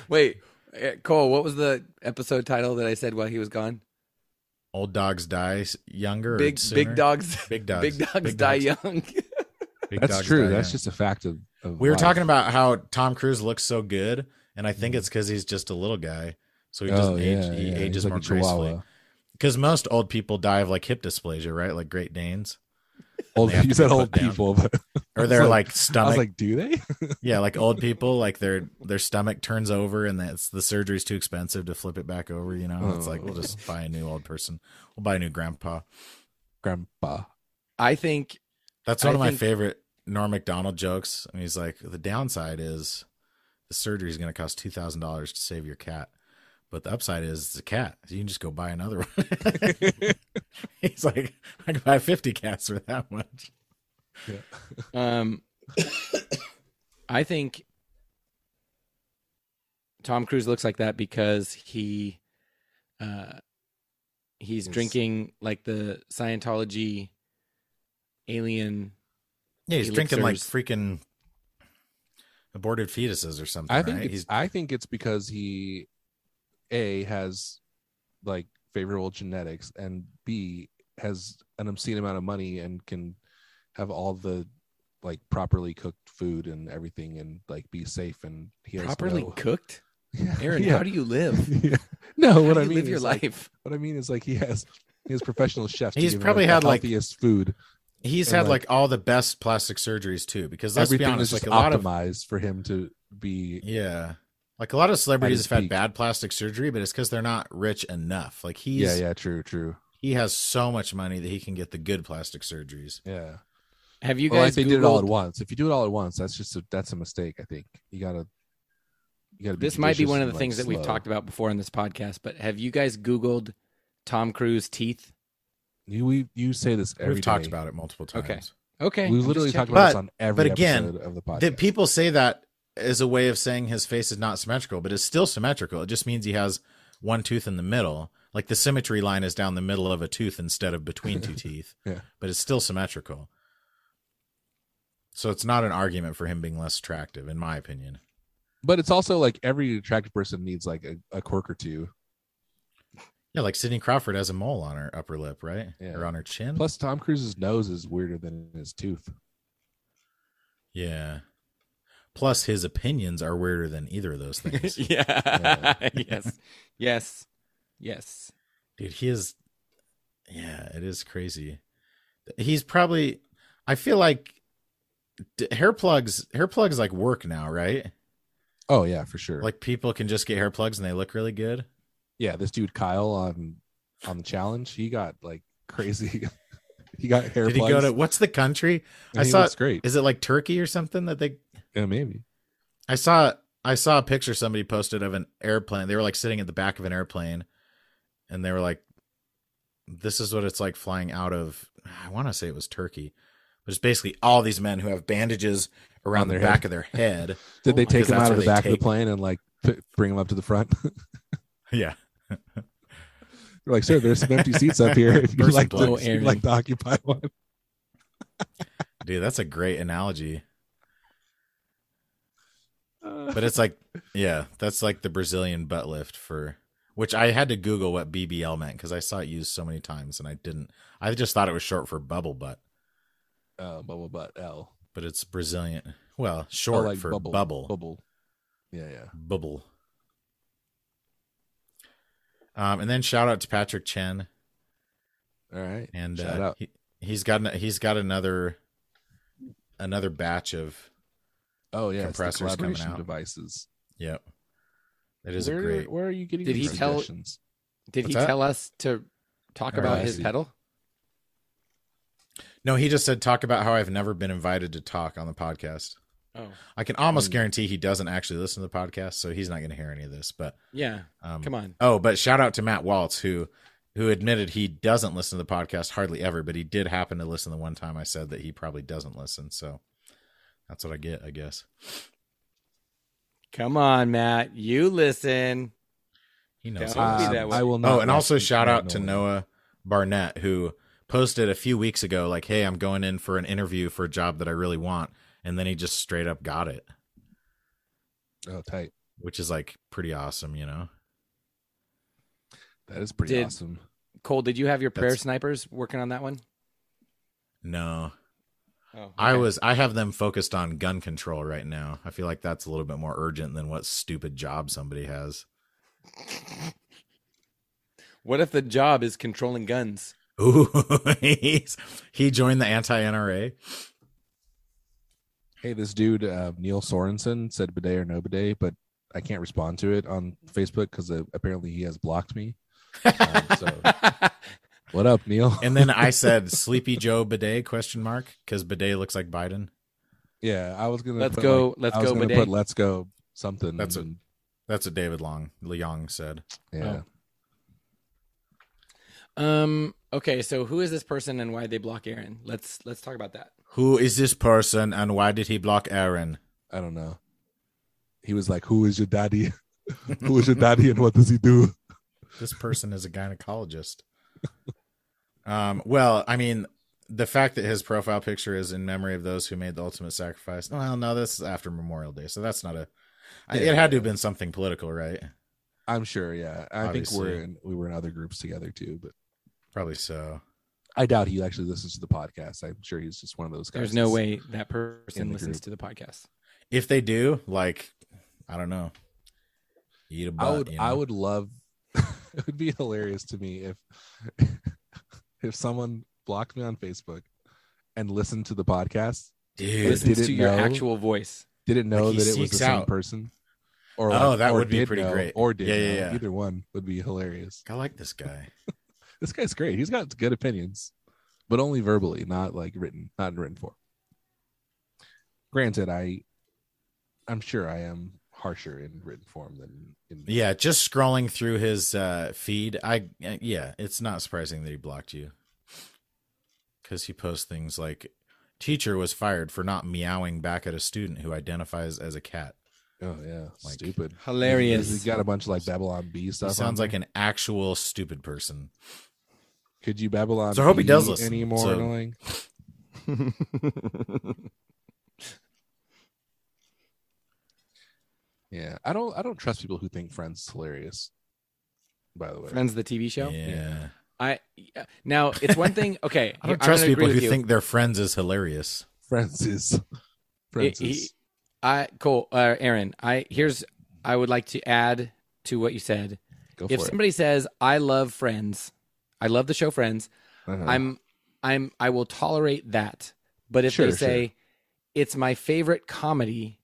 Speaker 2: Wait, eh, Cole, what was the episode title that I said while he was gone?
Speaker 3: Old dogs die s- younger. or
Speaker 2: big
Speaker 3: sooner?
Speaker 2: big dogs,
Speaker 3: Big
Speaker 2: (laughs)
Speaker 3: dogs.
Speaker 2: big dogs die young. (laughs)
Speaker 3: Big
Speaker 1: That's
Speaker 3: dogs
Speaker 1: true.
Speaker 3: die
Speaker 1: That's
Speaker 3: young.
Speaker 1: just a fact of. of
Speaker 3: We were
Speaker 1: life.
Speaker 3: talking about how Tom Cruise looks so good, and I think it's because he's just a little guy, so he doesn't age. he
Speaker 1: Oh, He's
Speaker 3: ages
Speaker 1: like
Speaker 3: more
Speaker 1: a chihuahua.
Speaker 3: gracefully. Because most old people die of like hip dysplasia, right? Like Great Danes,
Speaker 1: Old, (laughs)
Speaker 3: They have
Speaker 1: you
Speaker 3: to
Speaker 1: said
Speaker 3: be
Speaker 1: Oh, old
Speaker 3: put down.
Speaker 1: people, but
Speaker 3: or they're
Speaker 1: I was
Speaker 3: like,
Speaker 1: I was
Speaker 3: stomach.
Speaker 1: like, do they?
Speaker 3: yeah, like old people, like their their stomach turns over, and that's the surgery's too expensive to flip it back over. You know, it's like
Speaker 1: Oh.
Speaker 3: we'll just buy a new old person. We'll buy a new grandpa.
Speaker 1: Grandpa.
Speaker 2: I think
Speaker 3: That's
Speaker 2: I
Speaker 3: one of my
Speaker 2: think-
Speaker 3: favorite Norm Macdonald jokes. And he's like, the downside is the surgery is going to cost two thousand dollars to save your cat, but the upside is it's a cat. So you can just go buy
Speaker 1: (laughs)
Speaker 3: another one. (laughs) he's like, I can buy fifty cats for that much.
Speaker 2: um I think Tom Cruise looks like that because he uh he's
Speaker 3: Yes.
Speaker 2: drinking like the Scientology alien
Speaker 3: Yeah, he's drinking like
Speaker 2: Elixirs.
Speaker 3: freaking aborted fetuses or something.
Speaker 1: I think
Speaker 3: right?
Speaker 1: it's,
Speaker 3: he's
Speaker 1: I think it's because he, a has, like favorable genetics, and b has an obscene amount of money and can have all the like properly cooked food and everything and like be safe and he has
Speaker 2: properly
Speaker 1: no-
Speaker 2: cooked.
Speaker 1: (laughs) Yeah,
Speaker 2: Aaron,
Speaker 1: yeah.
Speaker 2: how do you live?
Speaker 1: Yeah. No, (laughs) what
Speaker 2: how do
Speaker 1: I
Speaker 2: you
Speaker 1: mean
Speaker 2: live your
Speaker 1: is, like,
Speaker 2: life.
Speaker 1: What I mean is like he has he has professional chefs. to
Speaker 3: He's
Speaker 1: give him,
Speaker 3: probably
Speaker 1: the
Speaker 3: had, like,
Speaker 1: healthiest food.
Speaker 3: he's
Speaker 1: and,
Speaker 3: had
Speaker 1: like-
Speaker 3: like, all the best plastic surgeries too. Because let's
Speaker 1: Everything
Speaker 3: be honest,
Speaker 1: is
Speaker 3: like
Speaker 1: just
Speaker 3: a lot of
Speaker 1: optimized for him to be.
Speaker 3: yeah. Like a lot of celebrities
Speaker 1: his
Speaker 3: have had
Speaker 1: peak.
Speaker 3: bad plastic surgery, but it's because they're not rich enough. Like he's
Speaker 1: Yeah, yeah, true, true.
Speaker 3: he has so much money that he can get the good plastic surgeries.
Speaker 1: Yeah.
Speaker 2: Have you guys
Speaker 1: well, like they did it all at
Speaker 2: Googled-
Speaker 1: once. If you do it all at once, that's just a, that's a mistake. I think you gotta. You gotta. Be
Speaker 2: this might be
Speaker 1: judicious
Speaker 2: one of
Speaker 1: and,
Speaker 2: the things
Speaker 1: like,
Speaker 2: that we've
Speaker 1: slow.
Speaker 2: talked about before on this podcast, but have you guys Googled Tom Cruise teeth?
Speaker 1: You we, you say this every.
Speaker 3: We've talked
Speaker 1: day.
Speaker 3: about it multiple times.
Speaker 2: Okay. Okay.
Speaker 1: We
Speaker 2: I'm
Speaker 1: literally
Speaker 2: just
Speaker 1: talked
Speaker 2: checking.
Speaker 1: about
Speaker 3: But-
Speaker 1: this on every
Speaker 3: again,
Speaker 1: episode of the podcast.
Speaker 3: That people say that as a way of saying his face is not symmetrical, but it's still symmetrical. It just means he has one tooth in the middle. Like the symmetry line is down the middle of a tooth instead of
Speaker 1: (laughs)
Speaker 3: between two teeth.
Speaker 1: Yeah.
Speaker 3: But it's still symmetrical. So it's not an argument for him being less attractive, in my opinion.
Speaker 1: but it's also like every attractive person needs like a, a quirk or two.
Speaker 3: Yeah, like Sidney Crawford has a mole on her upper lip, right?
Speaker 1: Yeah.
Speaker 3: Or on her chin.
Speaker 1: Plus, Tom Cruise's nose is weirder than his tooth.
Speaker 3: yeah. Plus, his opinions are weirder than either
Speaker 1: (laughs)
Speaker 3: of those things.
Speaker 2: (laughs) yeah. yes. Yes. Yes.
Speaker 3: dude he is yeah it is crazy he's probably i feel like d- hair plugs hair plugs like work now right
Speaker 1: Oh yeah, for sure.
Speaker 3: like people can just get hair plugs and they look really good
Speaker 1: yeah, this dude Kyle on on the challenge, he got like crazy. (laughs) he got hair.
Speaker 3: did he go
Speaker 1: plugs,
Speaker 3: to what's the country
Speaker 1: and
Speaker 3: I
Speaker 1: he
Speaker 3: saw-
Speaker 1: looks great.
Speaker 3: is it like turkey or something that they
Speaker 1: Yeah, maybe.
Speaker 3: i saw i saw a picture somebody posted of an airplane they were like sitting at the back of an airplane and they were like this is what it's like flying out of i want to say it was turkey but it's basically all these men who have bandages around
Speaker 1: On
Speaker 3: the
Speaker 1: their
Speaker 3: back of their head
Speaker 1: Did they
Speaker 3: Because
Speaker 1: take him
Speaker 3: that's
Speaker 1: out of
Speaker 3: where
Speaker 1: the
Speaker 3: they
Speaker 1: back of
Speaker 3: take-
Speaker 1: the plane and like put, bring him up to the front? (laughs)
Speaker 3: yeah
Speaker 1: They're like, sir, there's some empty seats up here. (laughs) If you
Speaker 3: Person
Speaker 1: like, to,
Speaker 2: blow,
Speaker 1: if you'd
Speaker 2: Aaron.
Speaker 1: like to occupy one.
Speaker 3: Dude, that's a great analogy.
Speaker 1: Uh,
Speaker 3: But it's like, (laughs) yeah, that's like the Brazilian butt lift for which I had to Google what BBL meant because I saw it used so many times and I didn't. I just thought it was short for bubble butt,
Speaker 1: uh, bubble butt L.
Speaker 3: but it's Brazilian. Well,
Speaker 1: Oh,
Speaker 3: short for bubble.
Speaker 1: bubble,
Speaker 3: Bubble.
Speaker 1: Bubble. Yeah, yeah.
Speaker 3: Um, and then shout out to Patrick Chen
Speaker 1: All right.
Speaker 3: and
Speaker 1: Shout
Speaker 3: uh,
Speaker 1: out.
Speaker 3: he, he's got an- he's got another another batch of
Speaker 1: Oh yeah, it's the
Speaker 3: compressors coming
Speaker 1: collaboration
Speaker 3: out.
Speaker 1: devices.
Speaker 3: yep. It is
Speaker 1: where,
Speaker 3: a great.
Speaker 1: where are you getting
Speaker 2: Did he
Speaker 1: these
Speaker 2: tell-
Speaker 1: suggestions?
Speaker 2: Did
Speaker 3: What's
Speaker 2: he
Speaker 3: that?
Speaker 2: tell us to talk
Speaker 3: Or
Speaker 2: about
Speaker 3: I
Speaker 2: his
Speaker 3: see.
Speaker 2: pedal?
Speaker 3: No, he just said talk about how I've never been invited to talk on the podcast.
Speaker 2: Oh.
Speaker 3: I can almost
Speaker 1: Mm.
Speaker 3: guarantee he doesn't actually listen to the podcast, so he's not going to hear any of this. But
Speaker 2: Yeah.
Speaker 3: um,
Speaker 2: Come on.
Speaker 3: Oh, but shout out to Matt Waltz who who admitted he doesn't listen to the podcast hardly ever, but he did happen to listen the one time I said that he probably doesn't listen. So that's what I get, I guess.
Speaker 2: Come on, Matt. You listen.
Speaker 3: He
Speaker 2: Don't
Speaker 3: knows.
Speaker 2: be
Speaker 3: I
Speaker 1: Um,
Speaker 2: that
Speaker 3: listen.
Speaker 2: way.
Speaker 1: I will not.
Speaker 3: oh, and
Speaker 1: let
Speaker 3: also
Speaker 1: you
Speaker 3: shout
Speaker 1: know
Speaker 3: out to Noah Barnett who posted a few weeks ago like, "Hey, I'm going in for an interview for a job that I really want," and then he just straight up got it,
Speaker 1: Oh, tight.
Speaker 3: which is like pretty awesome, you know.
Speaker 1: That is pretty
Speaker 2: Did-
Speaker 1: awesome.
Speaker 2: Cole, did you have your prayer
Speaker 3: That's-
Speaker 2: snipers working on that one?
Speaker 3: No,
Speaker 2: Oh,
Speaker 3: I
Speaker 2: okay.
Speaker 3: was I have them focused on gun control right now. I feel like that's a little bit more urgent than what stupid job somebody has. (laughs)
Speaker 2: What if the job is controlling guns?
Speaker 3: Ooh, he's, he joined the anti-NRA.
Speaker 1: Hey, this dude uh, Neil Sorensen said bidet or no bidet, but I can't respond to it on Facebook because uh, apparently he has blocked
Speaker 3: (laughs)
Speaker 1: me. Um, so what up, Neil? (laughs)
Speaker 3: and then I said Sleepy Joe Bidet question mark cuz Bidet looks like Biden.
Speaker 1: Yeah, I was gonna.
Speaker 2: (laughs) Let's
Speaker 1: put,
Speaker 2: go-
Speaker 1: like-
Speaker 2: let's
Speaker 1: I was
Speaker 2: go
Speaker 1: gonna
Speaker 2: bidet.
Speaker 1: Put let's go something.
Speaker 3: That's oh.
Speaker 1: and-
Speaker 3: That's what David Long Leong said.
Speaker 1: yeah.
Speaker 2: um. Okay. So who is this person and why they block Aaron? Let's let's talk about that.
Speaker 3: Who is this person and why did he block Aaron?
Speaker 1: I don't know. He was like, "Who is your daddy? (laughs) Who is your daddy, and what does he do?"
Speaker 3: this person is a gynecologist. Um, well, I mean, the fact that his profile picture is in memory of those who made the ultimate sacrifice. Well, no, this is after Memorial Day, so that's not a. I it had to have been something political, right?
Speaker 1: I'm sure. Yeah, I
Speaker 3: Obviously.
Speaker 1: think we're in, we were in other groups together too, but
Speaker 3: Probably so.
Speaker 1: I doubt he actually listens to the podcast. I'm sure he's just one of those guys.
Speaker 2: There's
Speaker 1: that's-
Speaker 2: no way that person
Speaker 1: In the
Speaker 2: listens
Speaker 1: group.
Speaker 2: to the podcast.
Speaker 3: If they do, like, I don't know, eat a butt.
Speaker 1: I would.
Speaker 3: you
Speaker 1: I
Speaker 3: know?
Speaker 1: would love. (laughs) it would be hilarious to me if (laughs) if someone blocked me on Facebook and listened to the podcast.
Speaker 3: dude.
Speaker 1: Listen-
Speaker 2: Listens
Speaker 1: didn't
Speaker 2: to your
Speaker 1: know.
Speaker 2: actual voice.
Speaker 1: Didn't know
Speaker 3: Like, he
Speaker 1: that it was the
Speaker 3: seeks
Speaker 1: same
Speaker 3: out.
Speaker 1: person. Or
Speaker 3: Oh,
Speaker 1: like-
Speaker 3: that
Speaker 1: or
Speaker 3: would be
Speaker 1: did
Speaker 3: pretty
Speaker 1: know,
Speaker 3: great.
Speaker 1: Or did
Speaker 3: Yeah, yeah,
Speaker 1: know.
Speaker 3: yeah.
Speaker 1: either one would be hilarious.
Speaker 3: I like this guy.
Speaker 1: This guy's great. He's got good opinions, but only verbally, not like written, not in written form. Granted, I, I'm sure I am harsher in written form than in
Speaker 3: Yeah, just scrolling through his uh, feed, I uh, yeah, it's not surprising that he blocked you because he posts things like "teacher was fired for not meowing back at a student who identifies as a cat."
Speaker 1: Oh yeah,
Speaker 3: Like-
Speaker 1: stupid.
Speaker 2: Hilarious.
Speaker 1: We got a bunch of like Babylon B
Speaker 3: He
Speaker 1: stuff. on
Speaker 3: sounds like
Speaker 1: there.
Speaker 3: an actual stupid person.
Speaker 1: Could you Babylon?
Speaker 3: So I hope he
Speaker 1: Bee
Speaker 3: does listen.
Speaker 1: Any more
Speaker 3: So-
Speaker 1: annoying? Yeah, I don't. I don't trust people who think Friends is hilarious. by the way.
Speaker 2: (laughs) Friends, the TV show.
Speaker 3: Yeah.
Speaker 2: I now it's one thing. Okay,
Speaker 3: I
Speaker 2: I'm
Speaker 3: don't trust
Speaker 2: gonna
Speaker 3: people
Speaker 2: agree
Speaker 3: who
Speaker 2: with you.
Speaker 3: think their friends is hilarious.
Speaker 1: Friends is
Speaker 2: He-
Speaker 1: Friends
Speaker 2: he-
Speaker 1: is
Speaker 2: I cool, uh, Aaron. I here's I would like to add to what you said.
Speaker 1: go for
Speaker 2: If
Speaker 1: it.
Speaker 2: somebody says I love Friends, I love the show Friends.
Speaker 1: Uh-huh.
Speaker 2: I'm I'm I will tolerate that. But if
Speaker 1: Sure,
Speaker 2: they say it's my favorite comedy,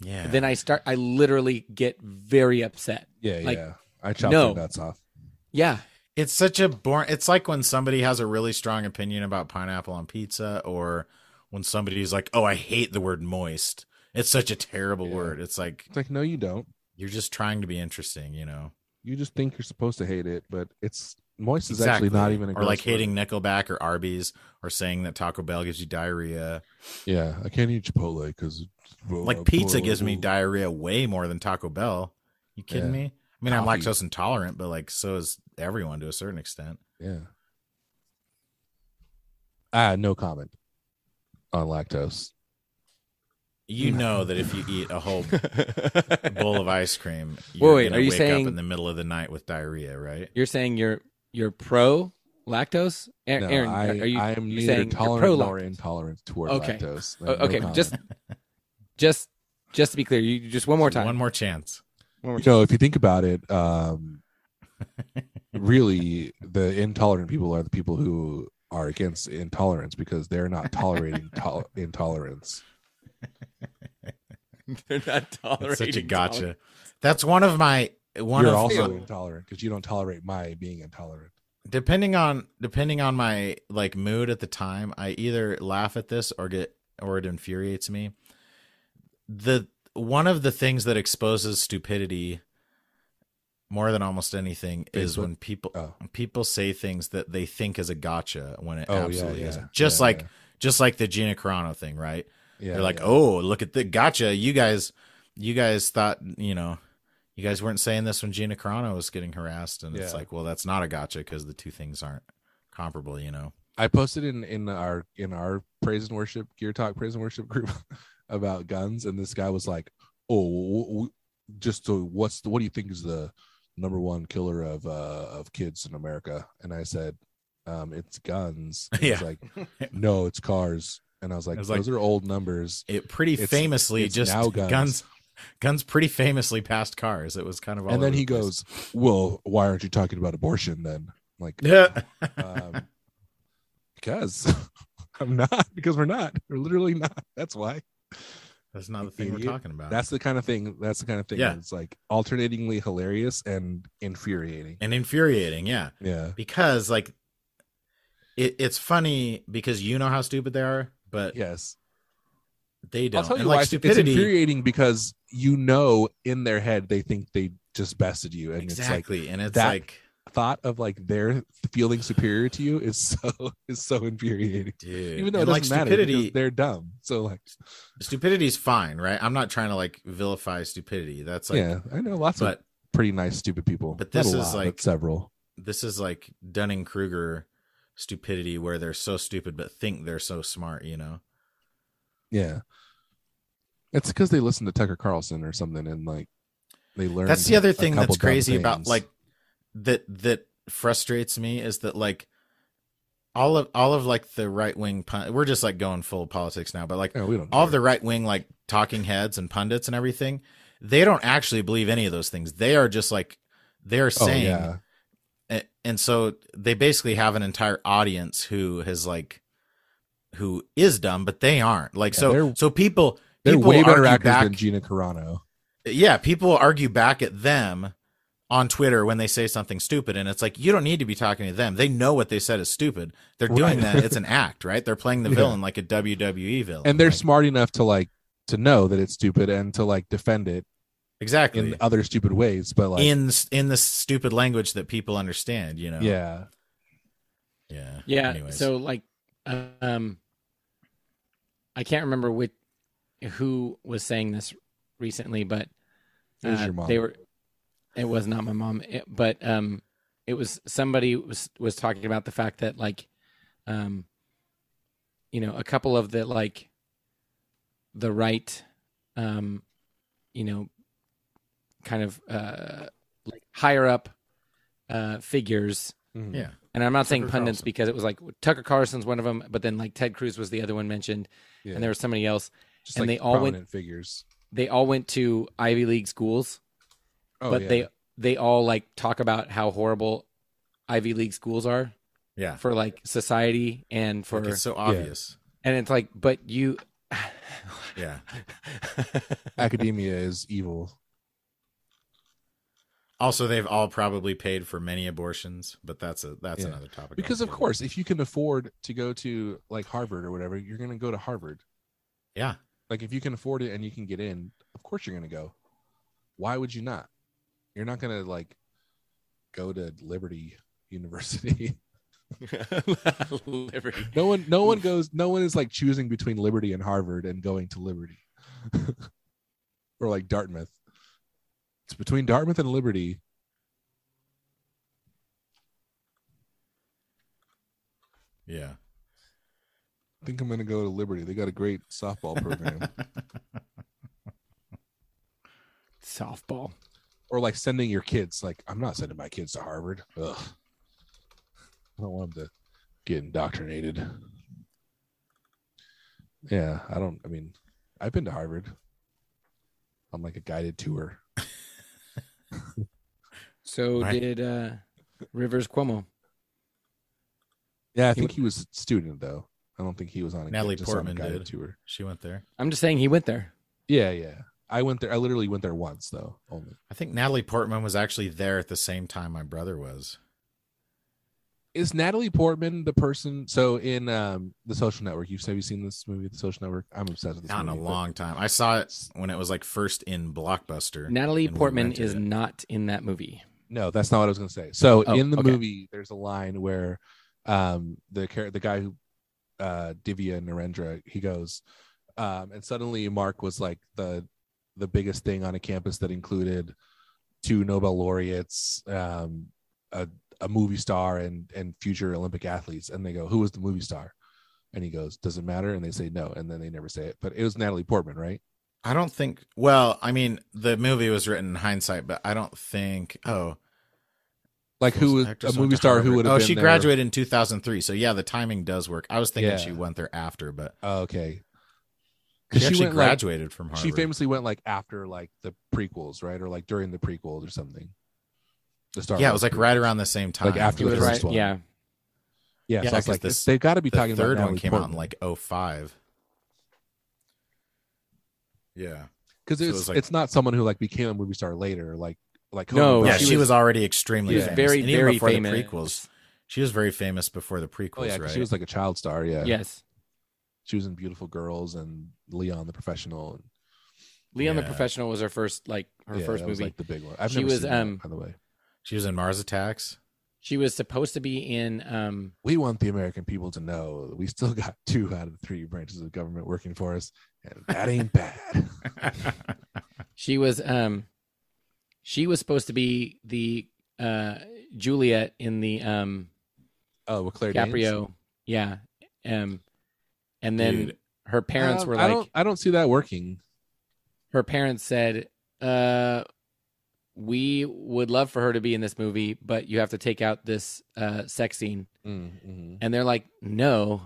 Speaker 3: Yeah.
Speaker 2: then I start I literally get very upset.
Speaker 1: yeah,
Speaker 2: like,
Speaker 1: yeah. I chopped
Speaker 2: no.
Speaker 1: their nuts off.
Speaker 2: Yeah.
Speaker 3: It's such a boring. It's like when somebody has a really strong opinion about pineapple on pizza, or when somebody's like, "Oh, I hate the word moist. It's such a terrible
Speaker 1: Yeah.
Speaker 3: word." It's like
Speaker 1: It's like, no, you don't.
Speaker 3: you're just trying to be interesting, you know?
Speaker 1: You just think you're supposed to hate it, but it's moist is actually not even a
Speaker 3: or like
Speaker 1: gross word.
Speaker 3: hating Nickelback or Arby's, or saying that Taco Bell gives you diarrhea.
Speaker 1: Yeah, I can't eat Chipotle because
Speaker 3: Like pizza gives me diarrhea way more than Taco Bell. You kidding
Speaker 1: Yeah.
Speaker 3: me? I mean,
Speaker 1: Coffee.
Speaker 3: I'm lactose intolerant, but like so is everyone to a certain extent.
Speaker 1: Yeah. Ah, no comment on lactose.
Speaker 3: You know that if you eat a
Speaker 1: (laughs)
Speaker 3: whole bowl of ice cream,
Speaker 2: Wait,
Speaker 3: you're
Speaker 2: wait,
Speaker 3: gonna
Speaker 2: are you
Speaker 3: wake
Speaker 2: saying-
Speaker 3: up in the middle of the night with diarrhea, right?
Speaker 2: You're saying you're you're pro lactose? A-
Speaker 1: No,
Speaker 2: Aaron,
Speaker 1: I,
Speaker 2: are you
Speaker 1: I am
Speaker 2: you're
Speaker 1: neither
Speaker 2: saying you're
Speaker 1: tolerant
Speaker 2: pro
Speaker 1: nor
Speaker 2: lactose?
Speaker 1: intolerant toward
Speaker 2: Okay.
Speaker 1: lactose.
Speaker 2: O-
Speaker 1: No
Speaker 2: okay,
Speaker 1: comment.
Speaker 2: just just just to be clear, you just one more time. (laughs)
Speaker 3: One more chance.
Speaker 2: One more
Speaker 1: you know, if you think about it,
Speaker 3: (laughs)
Speaker 1: um, really, the intolerant people are the people who are against intolerance because they're not tolerating
Speaker 3: (laughs)
Speaker 1: tol- intolerance.
Speaker 2: time. They're not
Speaker 3: That's
Speaker 2: tolerating.
Speaker 3: such a gotcha. That's one of my one
Speaker 1: You're
Speaker 3: of
Speaker 1: also
Speaker 3: my-
Speaker 1: intolerant because you don't tolerate my being intolerant.
Speaker 3: depending on depending on my like mood at the time i either laugh at this or get or it infuriates me the one of the things that exposes stupidity more than almost anything is
Speaker 1: Facebook?
Speaker 3: when people
Speaker 1: Oh.
Speaker 3: people say things that they think is a gotcha when it
Speaker 1: Oh, yeah,
Speaker 3: absolutely
Speaker 1: yeah,
Speaker 3: isn't just
Speaker 1: yeah,
Speaker 3: like
Speaker 1: yeah.
Speaker 3: just like the gina carano thing right
Speaker 1: Yeah,
Speaker 3: they're like
Speaker 1: yeah.
Speaker 3: oh look at the gotcha you guys you guys thought you know you guys weren't saying this when Gina Carano was getting harassed, and it's
Speaker 1: Yeah.
Speaker 3: like, well, that's not a gotcha because the two things aren't comparable, you know.
Speaker 1: I posted in in our in our praise and worship gear talk praise and worship (laughs) group about guns, and this guy was like, "Oh, w- w- just so what's the, what do you think is the number one killer of uh, of kids in America?" And I said, um, "It's guns." And He's
Speaker 3: Yeah. (laughs)
Speaker 1: like, "No, it's cars." And I was like,
Speaker 3: I was like-
Speaker 1: "Those are old numbers."
Speaker 3: It pretty
Speaker 1: It's-
Speaker 3: famously
Speaker 1: it's
Speaker 3: just
Speaker 1: now guns.
Speaker 3: guns. guns pretty famously passed cars. It was kind of all
Speaker 1: and then
Speaker 3: over
Speaker 1: he
Speaker 3: the (laughs) place.
Speaker 1: goes, "Well, why aren't you talking about abortion then?" I'm like, um, because (laughs) I'm not because we're not we're literally not. That's why.
Speaker 3: (laughs) That's not the thing
Speaker 1: idiot.
Speaker 3: we're talking about.
Speaker 1: That's the kind of thing. That's the kind of thing.
Speaker 3: Yeah.
Speaker 1: It's like alternatingly hilarious and infuriating.
Speaker 3: and infuriating, yeah.
Speaker 1: Yeah.
Speaker 3: Because like it, it's funny because you know how stupid they are, but
Speaker 1: Yes.
Speaker 3: they don't.
Speaker 1: I'll tell
Speaker 3: And,
Speaker 1: you
Speaker 3: like
Speaker 1: why it's- it's
Speaker 3: stupidity.
Speaker 1: infuriating because you know in their head they think they just bested you, and it's
Speaker 3: exactly. and it's
Speaker 1: that-
Speaker 3: like
Speaker 1: like thought of like their feeling superior to you is (laughs) so is so infuriating.
Speaker 3: dude.
Speaker 1: Even though it doesn't
Speaker 3: and, like
Speaker 1: matter
Speaker 3: stupidity
Speaker 1: because they're dumb. So like,
Speaker 3: stupidity's fine, right? I'm not trying to like vilify stupidity. That's like
Speaker 1: yeah, I know lots of
Speaker 3: but
Speaker 1: pretty nice stupid people.
Speaker 3: but
Speaker 1: Not
Speaker 3: this
Speaker 1: a
Speaker 3: is
Speaker 1: lot,
Speaker 3: like-
Speaker 1: but several.
Speaker 3: this is like Dunning Kruger stupidity where they're so stupid but think they're so smart, you know?
Speaker 1: Yeah. It's because they listen to Tucker Carlson or something, and like they learn.
Speaker 3: That's the other
Speaker 1: a
Speaker 3: thing
Speaker 1: couple
Speaker 3: that's
Speaker 1: dumb
Speaker 3: crazy about
Speaker 1: things.
Speaker 3: like that that frustrates me is that like all of all of like the right wing pun- we're just like going full politics now, but like
Speaker 1: Oh, we don't.
Speaker 3: all of
Speaker 1: care.
Speaker 3: the right wing like talking heads and pundits and everything, they don't actually believe any of those things. They are just like they're
Speaker 1: Oh,
Speaker 3: saying
Speaker 1: yeah.
Speaker 3: A- and so they basically have an entire audience who has like who is dumb but they aren't like
Speaker 1: Yeah,
Speaker 3: so
Speaker 1: they're-
Speaker 3: so people
Speaker 1: They're
Speaker 3: people
Speaker 1: way better
Speaker 3: argue
Speaker 1: actors
Speaker 3: back
Speaker 1: than Gina Carano.
Speaker 3: yeah people argue back at them on twitter when they say something stupid and it's like you don't need to be talking to them they know what they said is stupid they're doing
Speaker 1: Right.
Speaker 3: that
Speaker 1: (laughs)
Speaker 3: it's an act right they're playing the
Speaker 1: Yeah.
Speaker 3: villain like a wwe villain
Speaker 1: And they're
Speaker 3: like,
Speaker 1: smart enough to like to know that it's stupid and to like defend it
Speaker 3: exactly
Speaker 1: in other stupid ways. But like,
Speaker 3: in in the stupid language that people understand you know
Speaker 1: yeah,
Speaker 3: yeah
Speaker 2: Yeah.
Speaker 3: Anyways.
Speaker 2: So like, um, I can't remember which who was saying this recently, but
Speaker 1: It was
Speaker 2: uh,
Speaker 1: your mom.
Speaker 2: They were. It was not my mom, it- but um, it was somebody was was talking about the fact that like, um, you know, a couple of the like, the right, um, you know, kind of uh, like higher up uh, figures.
Speaker 1: Mhm.
Speaker 3: Yeah.
Speaker 2: And I'm not saying
Speaker 3: Tucker
Speaker 2: pundits
Speaker 3: Carlson.
Speaker 2: because it was like Tucker Carson's one of them, but then like Ted Cruz was the other one mentioned,
Speaker 1: Yeah.
Speaker 2: and there was somebody else.
Speaker 1: Just
Speaker 2: and
Speaker 1: like
Speaker 2: they all went-
Speaker 1: prominent figures.
Speaker 2: They all went to Ivy League schools,
Speaker 1: Oh,
Speaker 2: but
Speaker 1: yeah.
Speaker 2: they they all like talk about how horrible Ivy League schools are
Speaker 3: Yeah.
Speaker 2: for like society and for
Speaker 3: Like, it's so obvious.
Speaker 2: and it's like, but you (laughs)
Speaker 3: Yeah.
Speaker 1: (laughs) academia is
Speaker 2: (laughs)
Speaker 1: evil.
Speaker 3: Also, they've all probably paid for many abortions, but that's a that's
Speaker 1: Yeah.
Speaker 3: another topic.
Speaker 1: Because of
Speaker 3: altogether.
Speaker 1: course, if you can afford to go to like Harvard or whatever, you're going to go to Harvard.
Speaker 3: Yeah.
Speaker 1: Like if you can afford it and you can get in, of course you're going to go. Why would you not? You're not going to like go to Liberty (laughs) University.
Speaker 2: Liberty.
Speaker 1: no one no one goes no one is like choosing between Liberty and Harvard and going to Liberty. (laughs) or like Dartmouth. It's between Dartmouth and Liberty.
Speaker 3: Yeah.
Speaker 1: I think I'm going to go to Liberty. They got a great softball program.
Speaker 2: softball.
Speaker 1: or like sending your kids like i'm not sending my kids to harvard Ugh. i don't want them to get indoctrinated yeah i don't i mean i've been to harvard on like a guided tour
Speaker 2: So
Speaker 3: Right.
Speaker 2: did uh, Rivers Cuomo.
Speaker 1: yeah i
Speaker 2: He
Speaker 1: think he was a student though i don't think he was on a
Speaker 3: Natalie
Speaker 1: just on a
Speaker 3: Portman
Speaker 1: guided
Speaker 3: did.
Speaker 1: tour
Speaker 3: She went there.
Speaker 2: I'm just saying he went there.
Speaker 1: yeah yeah i went there i literally went there once though only
Speaker 3: I think Natalie Portman was actually there at the same time my brother was.
Speaker 1: is natalie portman the person so in um the social network you've have you seen this movie the social network i'm obsessed with this
Speaker 3: Not in a
Speaker 1: movie, but-
Speaker 3: long time. I saw it when it was like first in Blockbuster.
Speaker 2: Natalie
Speaker 3: and we
Speaker 2: Portman
Speaker 3: rented
Speaker 2: is
Speaker 3: it.
Speaker 2: not in that movie.
Speaker 1: No, that's not what I was going to say. So
Speaker 2: Oh,
Speaker 1: in the
Speaker 2: okay.
Speaker 1: movie, there's a line where um, the char- the guy who uh, Divya Narendra, he goes, um, and suddenly Mark was like the the biggest thing on a campus that included two Nobel laureates, um, a a movie star, and and future Olympic athletes. And they go, "Who was the movie star?" And he goes, "Does it matter?" And they say no, and then they never say it. But it was Natalie Portman, right?
Speaker 3: I don't think. Well, I mean, the movie was written in hindsight, but I don't think. Oh,
Speaker 1: Like who was
Speaker 3: actress
Speaker 1: a
Speaker 3: went
Speaker 1: movie
Speaker 3: to
Speaker 1: star
Speaker 3: Harvard.
Speaker 1: who would have?
Speaker 3: Oh,
Speaker 1: been
Speaker 3: she
Speaker 1: there-
Speaker 3: graduated in 2003. So yeah, the timing does work. I was thinking
Speaker 1: Yeah.
Speaker 3: she went there after, but
Speaker 1: Oh, okay,
Speaker 3: she,
Speaker 1: 'Cause she,
Speaker 3: actually
Speaker 1: went like,
Speaker 3: graduated from Harvard.
Speaker 1: she famously went like after like the prequels, right? Or like during the prequels or something. The Star
Speaker 3: yeah, it
Speaker 1: Wars
Speaker 3: was like
Speaker 1: prequels.
Speaker 3: right around the same time.
Speaker 1: Like after
Speaker 2: He
Speaker 1: The
Speaker 2: was
Speaker 1: first
Speaker 2: right.
Speaker 1: one.
Speaker 2: Yeah.
Speaker 1: Yeah,
Speaker 3: yeah,
Speaker 1: so I was
Speaker 3: 'cause
Speaker 1: like
Speaker 3: this-
Speaker 1: they've got to be
Speaker 3: the
Speaker 1: talking
Speaker 3: third
Speaker 1: about
Speaker 3: one
Speaker 1: Natalie
Speaker 3: came out in
Speaker 1: Portman.
Speaker 3: like 05. Yeah.
Speaker 1: because
Speaker 3: so it
Speaker 1: it's
Speaker 3: was, like-
Speaker 1: it's not someone who like became a movie star later, like like
Speaker 2: No,
Speaker 1: Conan
Speaker 3: yeah,
Speaker 1: Doyle.
Speaker 3: she,
Speaker 2: she
Speaker 3: was,
Speaker 2: was-
Speaker 3: already extremely
Speaker 2: He was
Speaker 3: famous.
Speaker 2: very,
Speaker 3: and even
Speaker 2: very
Speaker 3: before
Speaker 2: famous.
Speaker 3: the prequels. She was very famous before the prequels,
Speaker 1: oh yeah, 'cause
Speaker 3: right?
Speaker 1: she was like a child star. Yeah,
Speaker 2: Yes.
Speaker 1: she was in Beautiful Girls and Leon the Professional. And,
Speaker 2: Leon the
Speaker 3: Yeah.
Speaker 2: Professional was her first like her
Speaker 1: yeah,
Speaker 2: first
Speaker 1: that was,
Speaker 2: movie.
Speaker 1: like the big one. I've
Speaker 2: She
Speaker 1: never
Speaker 2: was,
Speaker 1: seen that,
Speaker 2: um,
Speaker 1: by the way.
Speaker 3: she was in Mars Attacks.
Speaker 2: she was supposed to be in um
Speaker 1: We want the American people to know that we still got two out of the three branches of government working for us, and that ain't
Speaker 2: (laughs)
Speaker 1: bad.
Speaker 2: she was um she was supposed to be the uh Juliet in the um
Speaker 1: Oh, well, Claire Danes?
Speaker 2: DiCaprio. Yeah. Um and then
Speaker 3: Dude.
Speaker 2: her parents
Speaker 1: Um,
Speaker 2: were
Speaker 1: I
Speaker 2: like
Speaker 1: don't, I don't see that working.
Speaker 2: her parents said, uh, "We would love for her to be in this movie, but you have to take out this uh, sex scene." And they're like, "No,"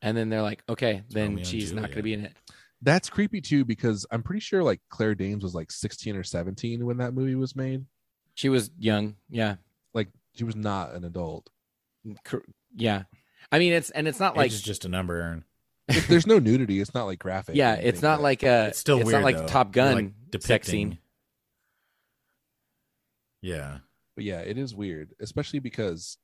Speaker 2: and then they're like, "Okay, then
Speaker 3: Romeo and
Speaker 2: she's not going to
Speaker 3: Juliet.
Speaker 2: be in it."
Speaker 1: That's creepy too, because I'm pretty sure like Claire Danes was like 16 or 17 when that movie was made.
Speaker 2: She was young, yeah,
Speaker 1: She was not an adult.
Speaker 2: Cor- yeah. I mean, it's and it's not like,
Speaker 3: Age is just a number, Aaron.
Speaker 1: If there's
Speaker 2: (laughs)
Speaker 1: no nudity, it's not like graphic. or
Speaker 2: yeah,
Speaker 1: anything,
Speaker 2: it's not
Speaker 1: but-
Speaker 2: like a,
Speaker 3: It's still
Speaker 2: uh, it's
Speaker 3: weird.
Speaker 2: not like
Speaker 3: though.
Speaker 2: Top
Speaker 3: You're,
Speaker 2: Gun
Speaker 3: like,
Speaker 2: sex
Speaker 3: depicting-
Speaker 2: scene.
Speaker 3: Yeah.
Speaker 1: but yeah, it is weird, especially because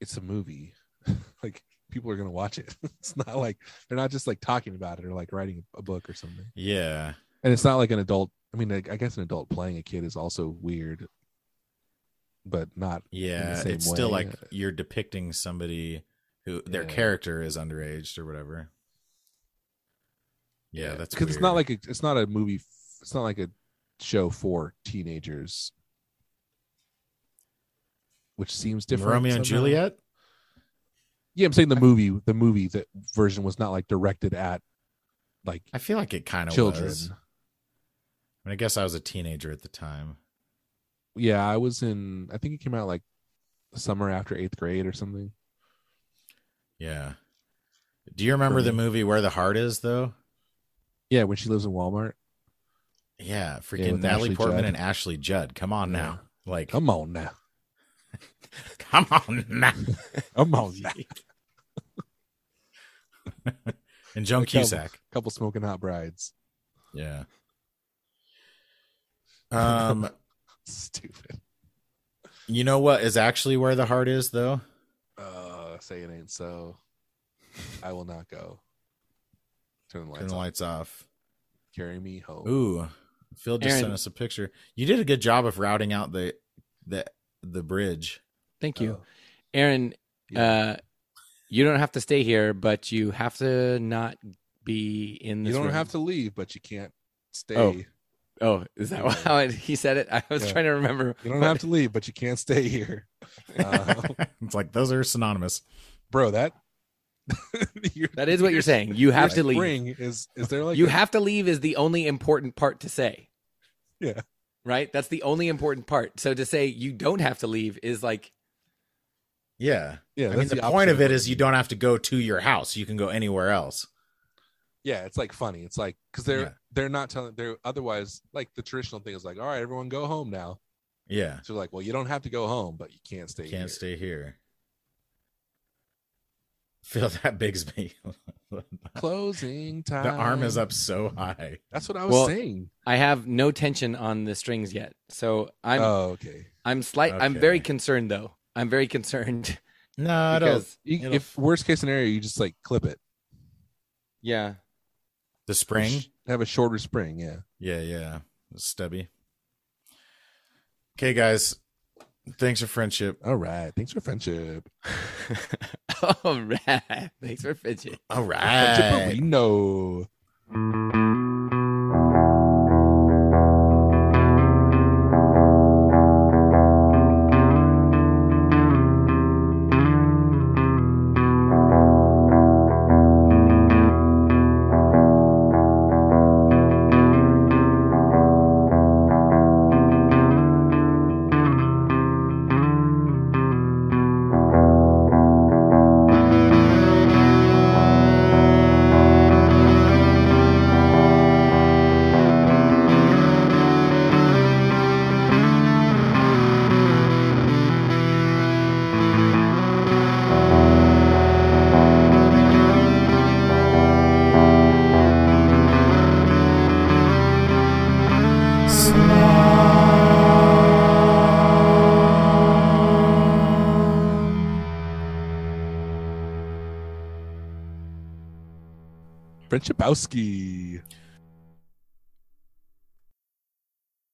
Speaker 1: it's a movie. (laughs) like people are gonna watch it. (laughs) it's not like they're not just like talking about it or like writing a book or something.
Speaker 3: Yeah.
Speaker 1: And it's not like an adult. I mean, like, I guess an adult playing a kid is also weird, but not
Speaker 3: Yeah.
Speaker 1: same
Speaker 3: It's still
Speaker 1: way.
Speaker 3: like you're depicting somebody who their
Speaker 1: Yeah.
Speaker 3: character is underaged or whatever. Yeah, that's
Speaker 1: because it's not
Speaker 3: weird.
Speaker 1: like a, it's not a movie. f- It's not like a show for teenagers, which seems different.
Speaker 3: Romeo and
Speaker 1: somehow.
Speaker 3: Juliet.
Speaker 1: Yeah, I'm saying the movie, the movie that version was not like directed at like
Speaker 3: I feel like it kind of
Speaker 1: children.
Speaker 3: was. I mean, I guess I was a teenager at the time.
Speaker 1: yeah, I was in. I think it came out like summer after eighth grade or something.
Speaker 3: Yeah. Do you remember the movie Where the Heart Is though?
Speaker 1: Yeah, when she lives in Walmart.
Speaker 3: Yeah, freaking
Speaker 1: with
Speaker 3: Natalie
Speaker 1: Ashley
Speaker 3: Portman
Speaker 1: Judd.
Speaker 3: and Ashley Judd. Come on now. Like
Speaker 1: Come on now.
Speaker 3: (laughs) come on
Speaker 1: (laughs)
Speaker 3: now.
Speaker 1: Come
Speaker 3: (laughs)
Speaker 1: on now.
Speaker 3: And Joan
Speaker 1: Like, um,
Speaker 3: Cusack.
Speaker 1: Couple smoking hot brides.
Speaker 3: Yeah. Um,
Speaker 1: Stupid.
Speaker 3: you know what is actually where the heart is though?
Speaker 1: Uh, say it ain't so. I will not go. Turn the lights
Speaker 3: Turn the
Speaker 1: off. Oh.
Speaker 3: lights off.
Speaker 1: Carry me home.
Speaker 3: Ooh. Phil just
Speaker 2: Aaron.
Speaker 3: sent us a picture. You did a good job of routing out the the the bridge.
Speaker 2: Thank you,
Speaker 1: Oh,
Speaker 2: Aaron.
Speaker 1: yeah.
Speaker 2: Uh, you don't have to stay here, but you have to not be in
Speaker 1: you
Speaker 2: this.
Speaker 1: don't
Speaker 2: room.
Speaker 1: have to leave, but you can't stay.
Speaker 2: Oh. Oh, is that how it, he said it? I was
Speaker 1: Yeah.
Speaker 2: trying to remember.
Speaker 1: You don't have to leave, but you can't stay
Speaker 3: (laughs)
Speaker 1: here. Uh,
Speaker 3: it's like those are synonymous.
Speaker 1: bro, that (laughs) you're,
Speaker 2: That is what you're saying. You have to
Speaker 1: your
Speaker 2: leave.
Speaker 1: spring Is is there like
Speaker 2: you
Speaker 1: a-
Speaker 2: have to leave is the only important part to say.
Speaker 1: Yeah.
Speaker 2: Right? That's the only important part. So to say you don't have to leave is like
Speaker 3: Yeah.
Speaker 1: yeah?
Speaker 3: I
Speaker 1: that's
Speaker 3: mean the,
Speaker 1: opposite
Speaker 3: point of it
Speaker 1: what
Speaker 3: is you don't have to go to your house. You can go anywhere else.
Speaker 1: yeah it's like funny it's like because they're
Speaker 3: Yeah.
Speaker 1: they're not telling they're otherwise like the traditional thing is like all right everyone go home now
Speaker 3: Yeah.
Speaker 1: so like well you don't have to go home but you can't stay here.
Speaker 3: Can't stay here. (laughs) Phil, that (laughs) bigsby. the
Speaker 1: closing time
Speaker 3: arm is up so
Speaker 1: Um,
Speaker 3: high.
Speaker 1: that's what i was
Speaker 2: Well,
Speaker 1: saying
Speaker 2: I have no tension on the strings yet. So I'm
Speaker 1: oh okay
Speaker 2: I'm slight I'm very
Speaker 3: Okay.
Speaker 2: concerned though. I'm very concerned
Speaker 3: No,
Speaker 2: (laughs)
Speaker 3: it'll,
Speaker 2: because
Speaker 1: You-
Speaker 3: It'll-
Speaker 1: if worst case scenario you just like clip it
Speaker 2: yeah.
Speaker 3: the spring.
Speaker 1: have a shorter spring yeah
Speaker 3: Yeah, yeah. Stubby. Okay, guys. Thanks for friendship.
Speaker 1: all right thanks for friendship
Speaker 2: (laughs) All right. Thanks for fidget.
Speaker 3: All
Speaker 1: friendship
Speaker 3: right.
Speaker 1: burrito. friendshipowski